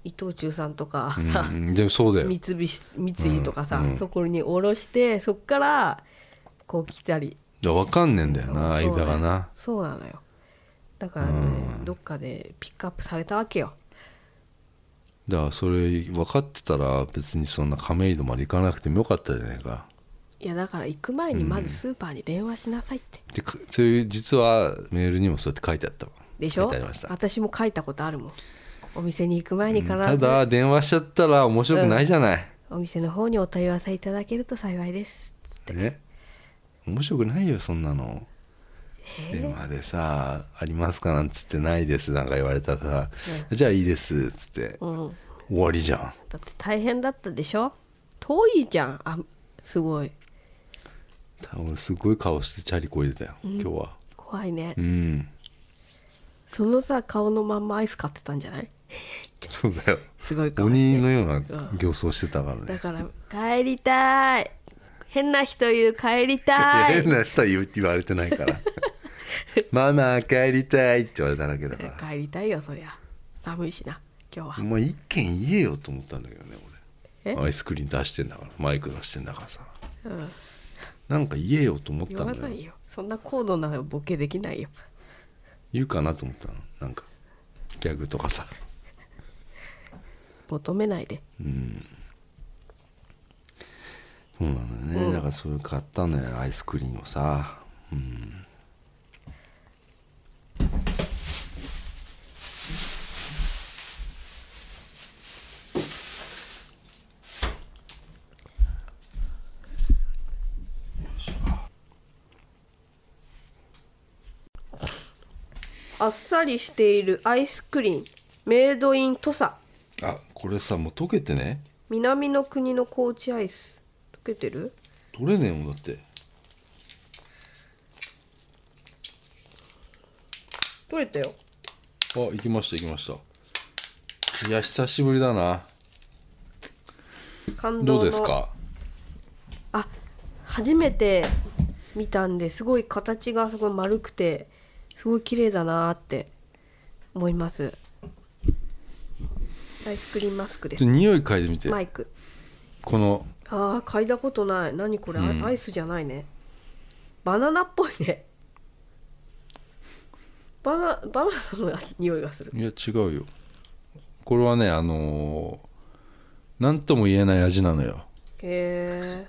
A: 伊藤忠さんとか
B: うん
A: さ、
B: うんでもそうだよ
A: 三菱三井とかさ、
B: うん
A: そこに下ろしてそっからこう来たり
B: いやわかんねえんだよな
A: そうそう
B: 間がな
A: そうなのよだからね、
B: うん
A: どっかでピックアップされたわけよ
B: だからそれ分かってたら別にそんな亀戸まで行かなくてもよかったじゃないか
A: いやだから行く前にまずスーパーに電話しなさいって、
B: でかそういう実はメールにもそうやって書いてあったわ
A: でし
B: 書い
A: ょ
B: てありました
A: 私も書いたことあるもんお店に行く前に
B: うん
A: 必ず、
B: ただ電話しちゃったら面白くないじゃない、
A: お店の方にお問い合わせいただけると幸いですつって
B: ね面白くないよそんなの電話でさ「ありますか?」なんつって「ないです」なんか言われたらさ「じゃあいいです」つって
A: うん
B: 終わりじゃん
A: だって大変だったでしょ遠いじゃんあすごい
B: 多分すごい顔してチャリこいでたよ、今日は
A: 怖いね、
B: うん
A: そのさ顔のまんまアイス買ってたんじゃない
B: そうだよ
A: すごい顔して
B: 鬼のような形相してたから
A: だ
B: ね
A: から帰りたい変な人いる帰りたい
B: 変な人は言う言われてないから
A: [laughs]
B: ママ帰りたいって言われただけだか
A: 帰りたいよそりゃ寒いしな今日は
B: らもう一軒言えよと思ったんだけどね
A: え
B: 俺アイスクリーン出してんだからマイク出してんだからさ
A: うん
B: なんか言えよと思っ
A: 言
B: たん
A: わ
B: だ
A: な
B: よ
A: いよそんな高度なボケできないよ
B: 言うかなと思ったのなんかギャグとかさ
A: 求めないで
B: そうなんだよね、だからそれ買ったのよアイスクリーンをさうん
A: あっさりしているアイスクリーンメイドイン土佐
B: あこれさもう溶けてね
A: 南の国の高知アイス溶けてる
B: 取れねえもんだって
A: 取れたよ
B: あ行きました行きましたいや久しぶりだな
A: 感動
B: ど
A: の
B: うですか
A: あ初めて見たんですごい形がすごい丸くてすごい綺麗だなーって思いますアイスクリーンマスクで
B: ち
A: す
B: ょっと匂い嗅いでみて
A: マイク
B: この
A: ああ嗅いだことない何これ、あ
B: うん
A: アイスじゃないねバナナっぽいねバナバナナの匂いがする
B: いや違うよこれはねあのー、なんとも言えない味なのよ
A: へえ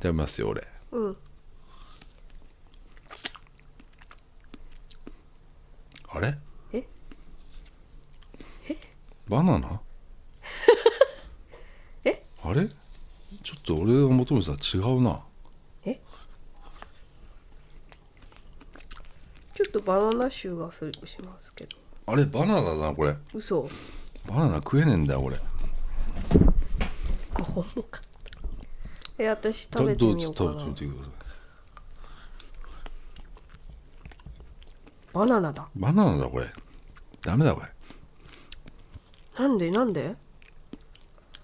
B: 食べますよ俺
A: うん
B: あれ
A: ええ
B: バナナ
A: [laughs] え
B: あれちょっと俺が求めてた違うな
A: ちょっとバナナ臭がするしますけど
B: あれバナナだなこれ
A: 嘘
B: バナナ食えねえんだよ俺
A: 5本もかえ私
B: た
A: 食べてみようか
B: どうぞ食べてみてください
A: バナナだ
B: バナナだこれダメだこれ
A: なんでなんで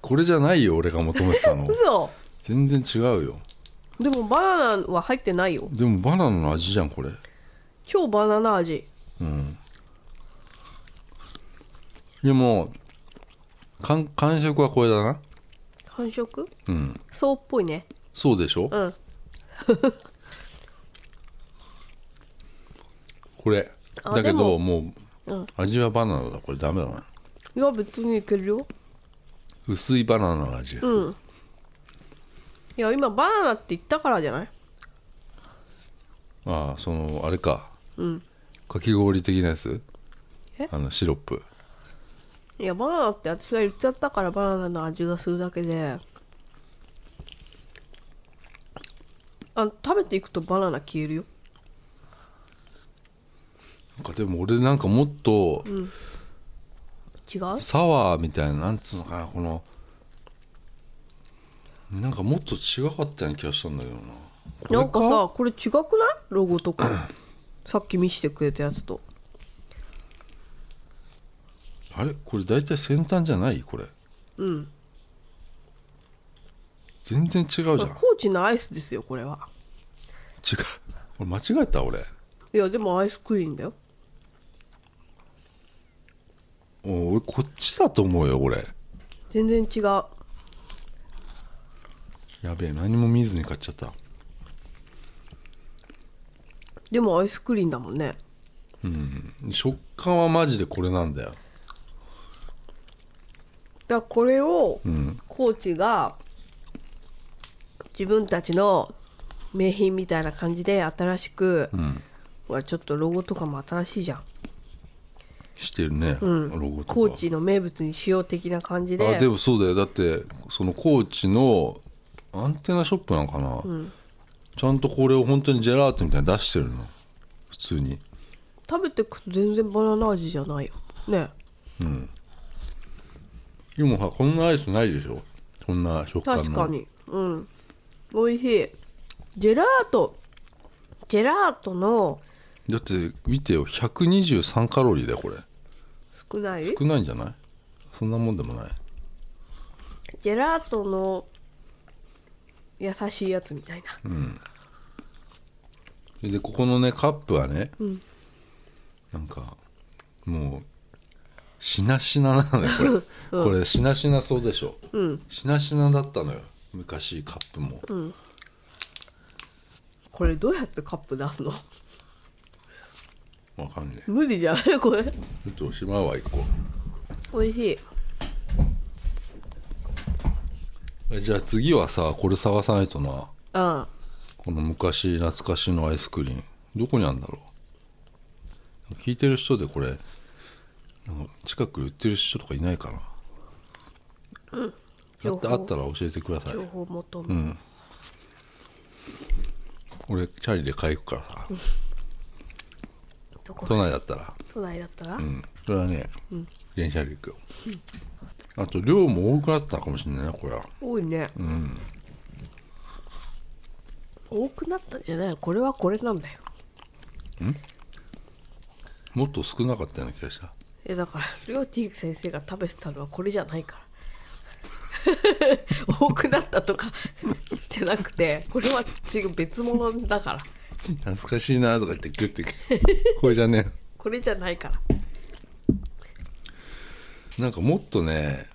B: これじゃないよ俺が求めてたの
A: 嘘
B: 全然違うよ
A: でもバナナは入ってないよ
B: でもバナナの味じゃんこれ
A: 超バナナ味
B: うんでも感感触はこれだな
A: 感触
B: うん
A: そうっぽいね
B: そうでしょ
A: うん
B: これ
A: あ
B: だけど
A: で
B: もう、
A: うん
B: 味はバナナだこれダメだない
A: や別にいけるよ
B: 薄いバナナの味がする、
A: うんいや今バナナって言ったからじゃない
B: ああそのあれか
A: うん
B: かき氷的なやつ
A: え
B: あのシロップ
A: いやバナナって私が言っちゃったからバナナの味がするだけであ食べていくとバナナ消えるよ
B: なんかでも俺なんかもっと
A: 違う
B: サワーみたいななんつうのかなこのなんかもっと違かったような気がしたんだけどなこれ
A: なんかさこれ違くないロゴと [laughs] かさっき見せてくれたやつと
B: あれこれ大体先端じゃないこれ
A: うん
B: 全然違うじゃん違う
A: 高知のアイスですよこれは
B: [laughs] 俺間違えた俺
A: いやでもアイスクリーンだよ
B: お俺こっちだと思うよ俺
A: 全然違う
B: やべえ何も見ずに買っちゃった
A: でもアイスクリーンだもんね
B: 食感はマジでこれなんだよ
A: だからこれを
B: うん
A: コーチが自分たちの名品みたいな感じで新しく、
B: うん
A: ほらちょっとロゴとかも新しいじゃん、
B: してるね、
A: うん、
B: ロゴとか
A: コーチの名物にしよう的な感じで
B: あでもそうだよだってその高知のアンテナショップなんかな、ちゃんとこれを本当にジェラートみたいに出してるの普通に
A: 食べてくと全然バナナ味じゃないよね
B: でもさこんなアイスないでしょこんな食感の
A: 確かにうん美味しいジェラートジェラートの
B: だって見てよ123カロリーだよこれ
A: 少ないジ
B: 少ないんじゃないそんなもんでもない
A: ェラートの優しいやつみたいな、
B: でここのねカップはね、
A: ん
B: なんかもうしなしななの
A: [laughs]
B: よこれ、これしなしなそうでしょ、
A: うん
B: しなしなだったのよ昔カップも、
A: これどうやってカップ出すの [laughs]
B: わかんねえ
A: 無理じゃないこれ
B: ちょっとおしまいは一個
A: 美味しい
B: えじゃあ次はさこれ探さないとな
A: うん
B: この昔懐かしのアイスクリーンどこにあるんだろう聞いてる人でこれなんか近く売ってる人とかいないかなあ
A: 情
B: った
A: 報
B: あったら教えてください
A: 情報求
B: う
A: め、
B: ん俺チャリで買いに行くからさ
A: どこ
B: 都内だったら
A: 都内だったら、
B: うんそれはね、電車で行くよあと量も多くなったかもしれないなこれは
A: 多いね、
B: ん
A: 多くなったんじゃないこれはこれなんだよ
B: もっと少なかったような気がした
A: えだからりょうてぃ先生が食べてたのはこれじゃないから [laughs] 多くなったとか [laughs] じゃなくてこれは違う別物だから
B: 懐かしいなとか言ってグッて [laughs] これじゃね
A: これじゃないから
B: なんかもっとね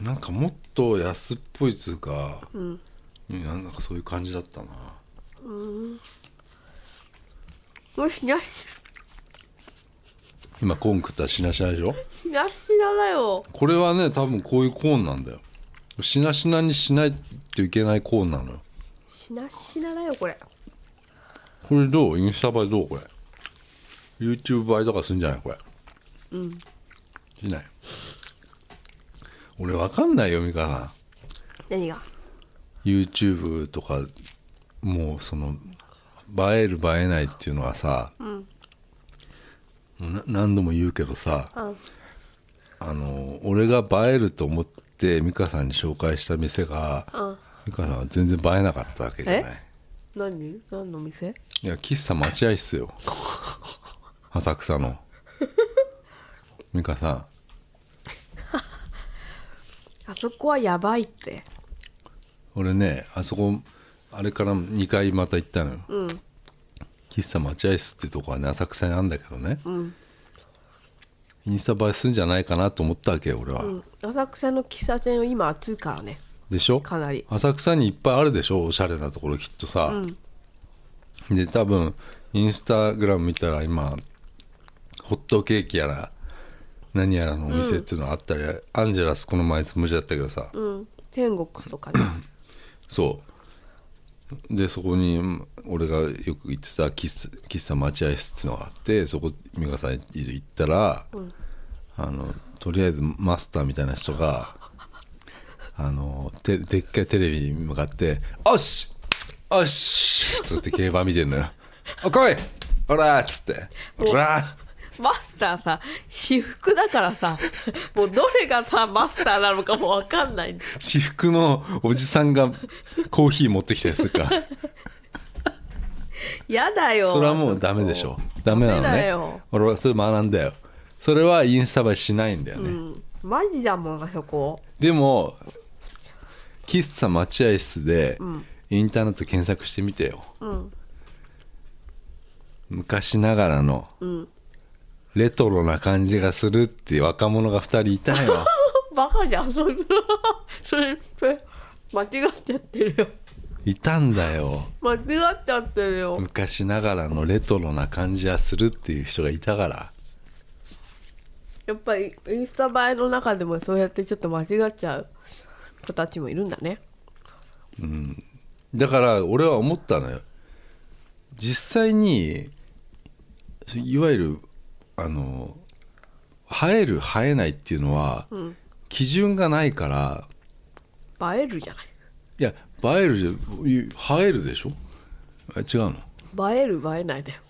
B: なんかもっと安っぽいっつうか、うんなんかそういう感じだったな
A: もうしなし [laughs]
B: 今コーン食ったらしなしなでしょ
A: しなしなだよ
B: これはね多分こういうコーンなんだよしなしなにしないといけないコーンなのよ
A: しなしなだよこれ
B: これどうインスタ映えどうこれ YouTube 映えとかするんじゃないこれうんしない俺わかんないよ美香さん
A: 何が
B: YouTube とかもうその映える映えないっていうのはさ、もうな何度も言うけどさ、
A: うん
B: あの俺が映えると思って美香さんに紹介した店が、
A: うん
B: 美香さんは全然映えなかったわけじゃない
A: 何何の店 [laughs]
B: いや喫茶待合室よ浅草の美香さん
A: あそこはやばいって
B: 俺ねあそこあれから2回また行ったのよ、
A: うん
B: 喫茶待合室ってとこはね浅草にあるんだけどね
A: うん、
B: インスタ映えするんじゃないかなと思ったわけよ俺は、
A: うん、浅草の喫茶店は今暑いからね
B: でしょ
A: かなり
B: 浅草にいっぱいあるでしょおしゃれなところきっとさ、
A: うん
B: で多分インスタグラム見たら今ホットケーキやら何やらのお店っていうのあったり、アンジェラスこの前つむじだったけどさ、
A: うん天国とかね
B: そうでそこにうん俺がよく行ってた喫茶喫茶待合室っていうのがあってそこ美香さん行ったら、あのとりあえずマスターみたいな人があのてでっかいテレビに向かって「おっしおっし!」つって競馬見てんのよ「お来いおら!」っつって「おら!」
A: [coughs] マスターさ私服だから [laughs] さもうどれがさマスターなのかもわかんないんだ
B: 私服のおじさんがコーヒー持ってきたやつか
A: やだよ
B: それはもうダメでしょダメなの
A: ダメだ
B: ね
A: よ
B: 俺はそれ学んだよそれはインスタ映えしないんだよね、
A: うんマジだもんあそこ
B: でも喫茶待合室で
A: ん
B: インターネット検索してみてよ
A: うん
B: 昔ながらの
A: うん
B: レトロな感じがするっていう若者が2人いた
A: [laughs]
B: よ
A: バカじゃんそれ [laughs] それそれ間違っちゃってるよ
B: いたんだよ
A: 間違っちゃってるよ
B: 昔ながらのレトロな感じがするっていう人がいたから
A: やっぱりインスタ映えの中でもそうやってちょっと間違っちゃう子たちもいるんだね
B: だから俺は思ったのよ実際にいわゆるあの生える生えないっていうのは、
A: ん
B: 基準がないから
A: 映えるじゃない
B: いや映えるじゃい生えるでしょあ違うの
A: 映える映えないだよ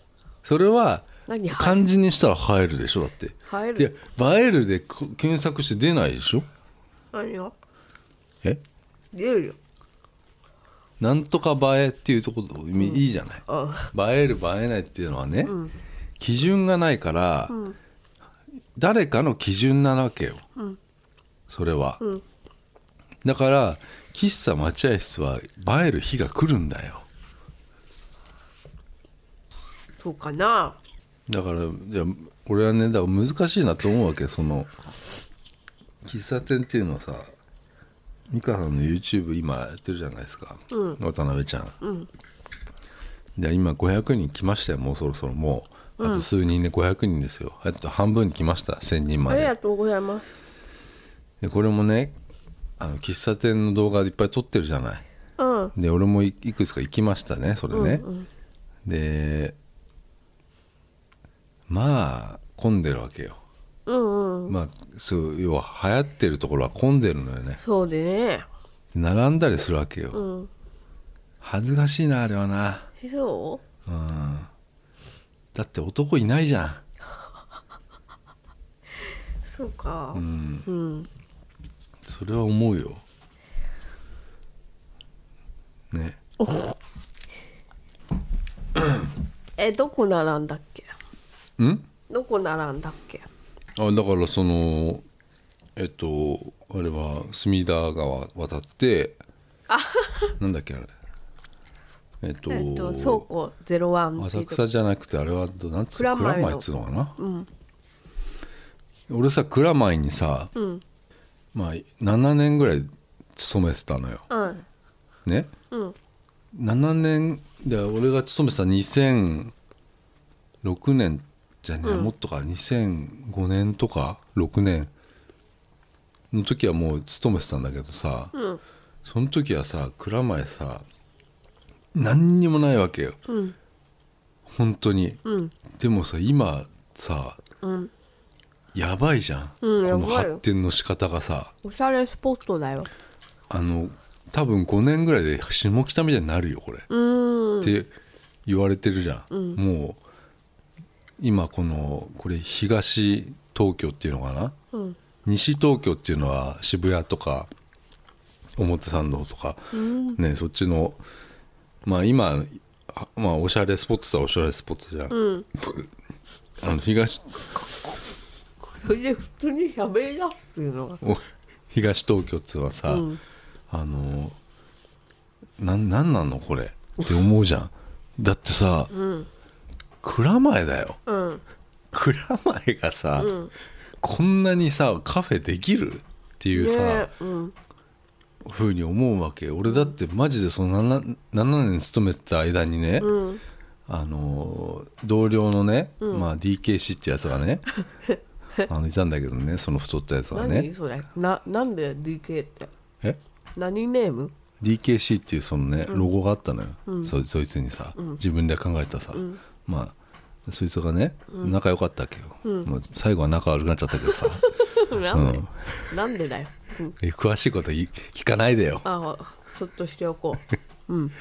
B: それは
A: 何生え
B: 漢字にしたら生えるでしょだって
A: 映え
B: いや
A: る
B: 映えるでこ検索して出ないでしょ
A: 何よ
B: え
A: 出るよ
B: なんとか映えっていうところいいじゃない、
A: あ
B: 映える映えないっていうのはね、基準がないから、誰かの基準なわけよ、それは、
A: うん
B: だから喫茶待合室は映える日が来るんだよ
A: そうかな
B: だからいや俺はねだから難しいなと思うわけその喫茶店っていうのはさ美香さんの YouTube 今やってるじゃないですか、
A: うん
B: 渡辺ちゃん、
A: ん
B: で今500人来ましたよもうそろそろもうあと数人で500人ですよ、あと半分に来ました1000人ま
A: ありが
B: で
A: とうございます
B: でこれもねあの喫茶店の動画いっぱい撮ってるじゃない
A: うん
B: で俺もいいくつか行きましたねそれね、でまあ混んでるわけよ
A: うんうん
B: まあそう要は流行ってるところは混んでるのよね
A: そうでね
B: 並んだりするわけよ、
A: うん
B: 恥ずかしいなあれはな
A: えそ
B: うんだって男いないじゃ
A: うそうか
B: ん、うん、
A: うん
B: それは思うよね
A: えどこ並んだっけ
B: うん
A: どこ並んだっけ
B: あだからそのえっとあれは隅田川渡ってなんだっけあれえっと,、
A: えっと倉庫ゼロワンってい
B: 浅
A: うとこ
B: 草じゃなくてあれはどなんつう
A: 蔵
B: の
A: 前の
B: 蔵前っつうのかな、
A: ん
B: 俺さ蔵前にさ、
A: ん
B: まあ7年ぐらい勤めてたのよ
A: うん
B: ね
A: うん
B: 7年で俺が勤めてた2006年じゃねえ、もっとか2005年とか6年の時はもう勤めてたんだけどさ、
A: うん
B: その時はさ蔵前さ何にもないわけよ
A: うん
B: 本当に、
A: うん
B: でもさ今さ
A: うん
B: やばいじゃん、
A: うん
B: この
A: やばいよ
B: 発展の仕方がさ
A: おしゃれスポットだよ
B: あの多分5年ぐらいで下北みたいになるよこれ、
A: うーん
B: って言われてるじゃん、
A: うん
B: もう今このこれ東東京っていうのかな
A: うん
B: 西東京っていうのは渋谷とか表参道とか、
A: うん
B: ねそっちのまあ今あまあおしゃれスポットさおしゃれスポットじゃん、
A: うん
B: あの東
A: それで普通にやべえなっていうのが
B: お東東京っつうのはさ、
A: うん
B: あのなんなんなんのこれって思うじゃんだってさ、
A: ん
B: 蔵前だよ
A: うん
B: 蔵前がさ、
A: うん
B: こんなにさカフェできるっていうさ、
A: ねうん
B: ふうに思うわけ俺だってマジでその 7, 7年勤めてた間にね、
A: うん
B: あの同僚のね、まあ、DKC ってやつ
A: [laughs]
B: がねあのいたんだけどねその太ったやつが
A: 何
B: ね
A: それななんで DK って
B: え
A: 何ネーム
B: DKC っていうそのねロゴがあったのよ、そそいつにさ、自分で考えたさ、まあそいつがね仲良かったわけど、もう最後は仲悪くなっちゃったけどさ
A: なんで、なんでだよ、うん、
B: え [laughs] 詳しいこと言い聞かないでよ
A: あちょっとしておこう [laughs] うん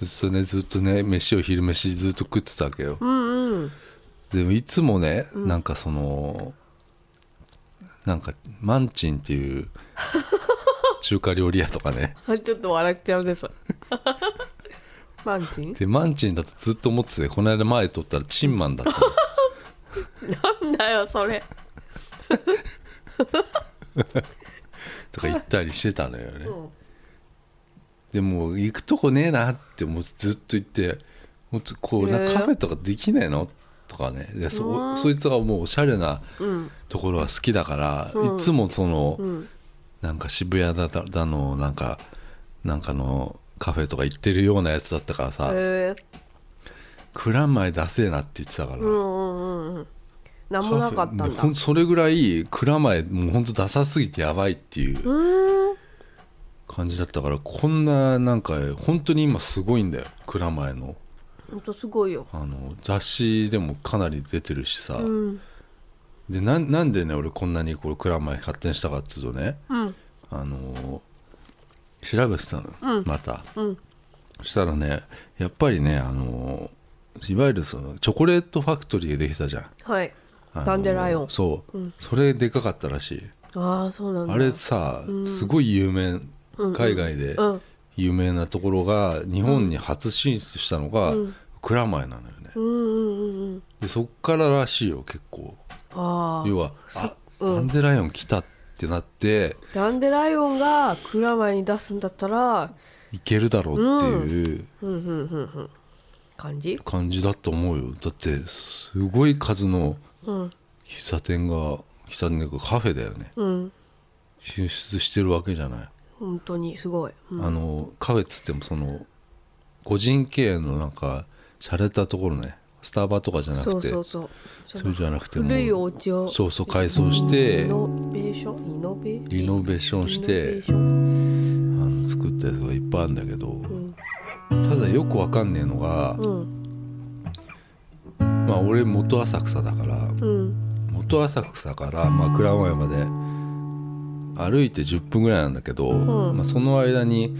B: そしてねずっとね飯を昼飯ずっと食ってたわけよ、
A: うんうん
B: でもいつもね、なんかそのなんかマンチンって
A: [laughs]
B: いう中華料理屋とかね
A: あちょっと笑っちゃうです。マンチン
B: でマンチンだとずっと思っててこの間前撮ったらチンマンだったの
A: [laughs] なんだよそれ。
B: とか言ったりしてたのよね、
A: うん
B: でも行くとこねえなってもうずっと言ってもっとこうな
A: へえ
B: カフェとかできねえのとかねで
A: う
B: そ
A: ん
B: そいつがもうおしゃれな
A: うん
B: ところが好きだから、
A: うん
B: いつもその、
A: うん
B: なんか渋谷だだのなんかなんかのカフェとか行ってるようなやつだったからさ、
A: えー
B: 蔵前出せえなって言ってたから、
A: うんうんうんうん。なんもなかったん
B: カ
A: だ
B: フェほ。んそれぐらい蔵前もうほんとダサすぎてやばいっていう
A: うーん
B: 感じだったからこんななんか本当に今すごいんだよ蔵前の
A: 本当すごいよ。
B: あの雑誌でもかなり出てるしさ、
A: うん
B: でなんなんでね俺こんなにこれ蔵前発展したかっつうとね
A: うん
B: あの調べてたの、
A: うん
B: また。
A: うん
B: そしたらねやっぱりねあのいわゆるそのチョコレートファクトリーができたじゃん
A: はい。
B: あの
A: ダンデライオン
B: そう、
A: うん
B: それでかかったらしい
A: ああそうなんだ。
B: あれさ、すごい有名
A: うん
B: 海外で
A: うん
B: 有名なところが日本に初進出したのが
A: うん
B: 蔵前なのよね
A: うんうんうんうん。
B: でそっかららしいよ結構
A: あ
B: 要
A: あ。
B: はあ、
A: うん
B: ダンデライオン来たってなって
A: ダンデライオンが蔵前に出すんだったら、
B: いけるだろうっていう
A: うんうんうんうん。感じ？
B: 感じだと思うよだってすごい数の
A: うん
B: 喫茶店が喫茶店がカフェだよね
A: うん。
B: 進出してるわけじゃない、
A: 本当にすごい。うん
B: あのカフェっつってもその個人経営のなんか洒落たところねスタバとかじゃなくて
A: そうそうそう。
B: それじゃなくても
A: 古いお家を
B: そうそう改装して
A: リノベーションイノベ
B: リノベーションして
A: リノベーション
B: あの作ったやつがいっぱいあるんだけど、
A: ん
B: ただよくわかんねえのが、
A: うん
B: まあ俺元浅草だから
A: うん
B: 元浅草からまあ蔵前まで歩いて10分ぐらいなんだけど、
A: ん
B: まあ、その間に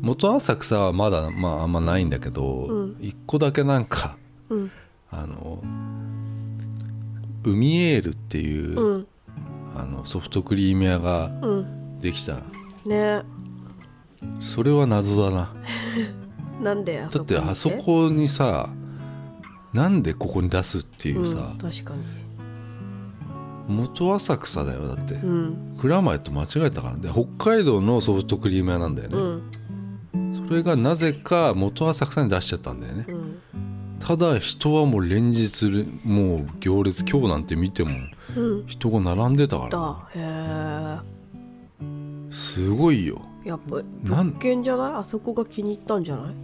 B: 元浅草はまだ、まあ、あんまないんだけど、
A: うん
B: 一個だけなんか
A: うん
B: あの海エールっていう、
A: うん
B: あのソフトクリーム屋が
A: うん
B: できた
A: ね
B: それは謎だな
A: なんであ
B: だ
A: そ
B: っ
A: こ
B: てあそこにさなんでここに出すっていう
A: う
B: さ
A: ん、確かに
B: 元浅草だよだって、
A: うん
B: 蔵前と間違えたからで北海道のソフトクリーム屋なんだよ
A: う
B: ね、
A: ん
B: それがなぜか元浅草に出しちゃったんだよね
A: うん
B: ただ人はもう連日もう行列今日なんて見ても
A: うん
B: 人が並んでたから
A: だへ
B: な
A: え
B: すごいよ
A: やっぱ
B: なん
A: 物件じゃないあそこが気に入ったんじゃない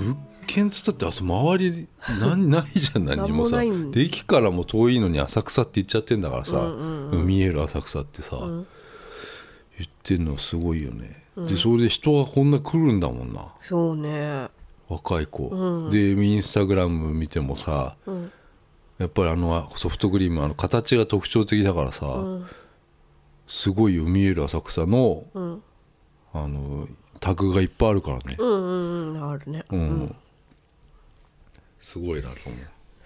B: 物件つったってあそこ周り
A: [laughs]
B: なないじゃん何もさ
A: なんもないんだ
B: 駅からも遠いのに浅草って言っちゃってんだから
A: う
B: さ、
A: んうんうん
B: 見える浅草ってさ、
A: ん
B: 言ってんのすごいよね、でそれで人がこんな来るんだもんな
A: そうね
B: 若い子、
A: うん
B: でインスタグラム見てもさ
A: うん
B: やっぱりあのソフトクリームあの形が特徴的だからさ、
A: うん
B: すごいよ見える浅草の
A: うん
B: あのタグがいっぱいあるからね
A: う、んうんうんあるね
B: うんすごいなと思う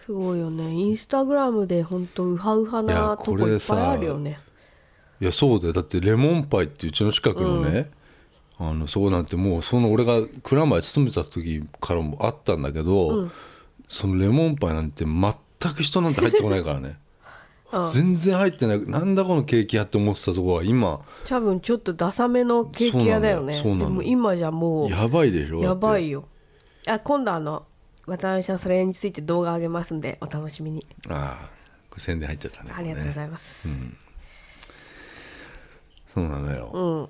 A: すごいよねインスタグラムで本当ウハウハ
B: いや
A: なと
B: こ
A: こ
B: れ
A: いっぱい
B: さ
A: あるよね
B: いやそうだよだってレモンパイってうちの近くのね、あのそうなんてもうその俺が蔵前勤めてた時からもあったんだけど、
A: うん
B: そのレモンパイなんて全全く人なんて入ってこな
A: [laughs]
B: いからね
A: あ
B: 全然入ってないなんだこのケーキ屋って思ってたとこは今
A: 多分ちょっとダサめのケーキ屋だよね
B: そうなのそ
A: で
B: うなの
A: も今じゃもう
B: やばいでしょ
A: やばい
B: よ
A: よあ今度あの渡辺さんそれについて動画あげますんでお楽しみに
B: ああこれ宣伝入っちゃったね
A: ありがとうござ
B: い
A: います、
B: ますそうなのよ、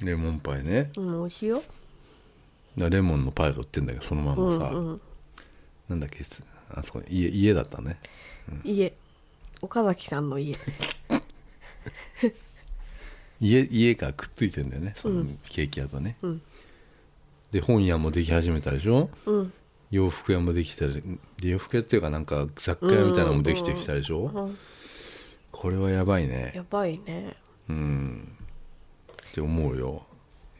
A: うん、
B: レモンパイね
A: うん、美味しいよ
B: レモンのパイが売ってんだけどそのままさ、
A: うんうん
B: なんだっけすあそこ家家だったね
A: 家岡崎さんの
B: [laughs]
A: 家
B: 家家がくっついてんだよねそのケーキ屋とね、で本屋もでき始めたでしょ、
A: うん
B: 洋服屋もできたり洋服屋っていうかなんか雑貨屋みたいなのもできてきたでしょ、
A: うん
B: これはやばいね
A: やばいね
B: うんって思うよ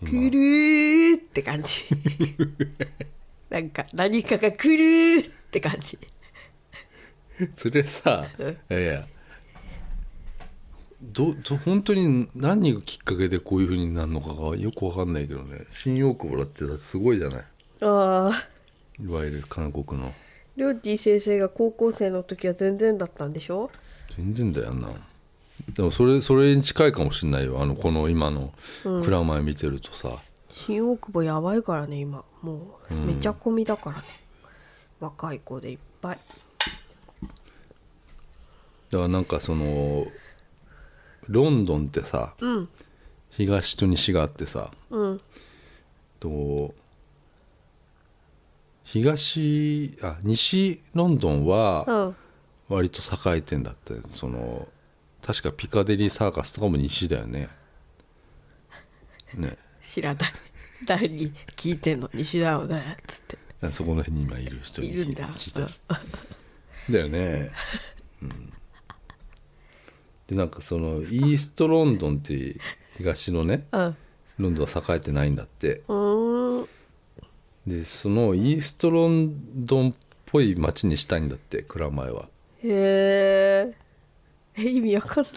A: く
B: 今
A: るーって感
B: [laughs]
A: じなんか何かがくるーって感じ
B: それさ
A: うん
B: いやいやどど本当に何がきっかけでこういうふうになるのかがよくわかんないけどね新大久保だってさすごいじゃない
A: ああ
B: いわゆる韓国の
A: りょうてぃ先生が高校生の時は全然だったんでしょ
B: 全然だよあんなでもそれそれに近いかもしれないよあのこの今の蔵前見てるとさ、
A: 新大久保やばいからね今もうめちゃ混みだからね、若い子でいっぱい
B: だからなんかそのロンドンってさ
A: うん
B: 東と西があってさ
A: うん
B: と東あ西ロンドンは
A: うん
B: 割と栄えてんだってその確かピカデリーサーカスとかも西だよねね
A: 知らない誰に聞いてんの西だよねっつって
B: そこの辺に今いる人に
A: いるんだ
B: 聞いたしだよね、うん、でなんかそのイーストロンドンっていう東のね
A: うん
B: ロンドンは栄えてないんだって
A: うーん
B: でそのイーストロンドンっぽい街にしたいんだって蔵前は
A: へーえ意味わかんない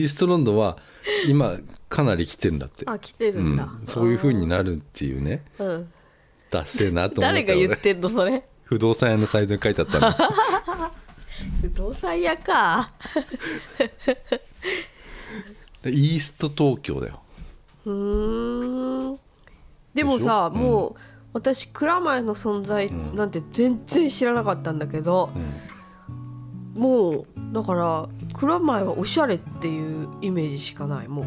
B: イーストロンドンは今かなり来てんだって
A: あ来てるんだ、
B: うん、そういう風になるっていうね
A: あー、うん、
B: ダッセーなと思った
A: 誰
B: よ
A: が言っ
B: 俺
A: てんのそれ
B: 不動産屋のサイトに書いてあったの
A: 不動産屋か
B: でイースト東京だよ
A: うーんでもさ
B: でしょうん
A: もう私蔵前の存在なんて全然知らなかったんだけど、
B: うん
A: もうだから蔵前はおしゃれっていうイメージしかないも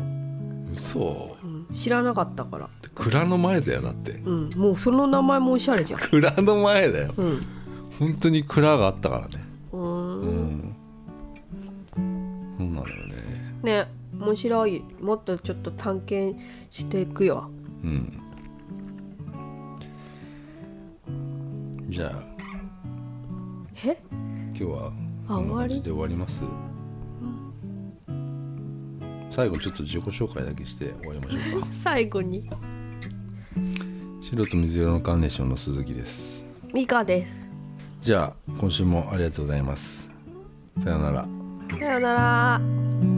A: う、
B: 嘘
A: うん知らなかったから、
B: で蔵の前だよだって
A: うん、もうその名前もおしゃれじゃん
B: 蔵の前だよ
A: うん
B: 本当に蔵があったからね
A: うーん
B: うんそうなのよね
A: ね面白いもっとちょっと探検していくよ
B: うんじゃあ
A: え
B: 今日は
A: あ
B: こんな感
A: 終わ
B: じ
A: り
B: で終わります最後ちょっと自己紹介だけして終わりましょうか [laughs]
A: 最後に
B: 白と水色のカーネーションの鈴木です
A: ミカです
B: じゃあ今週もありがとうございますさようなら
A: さよなら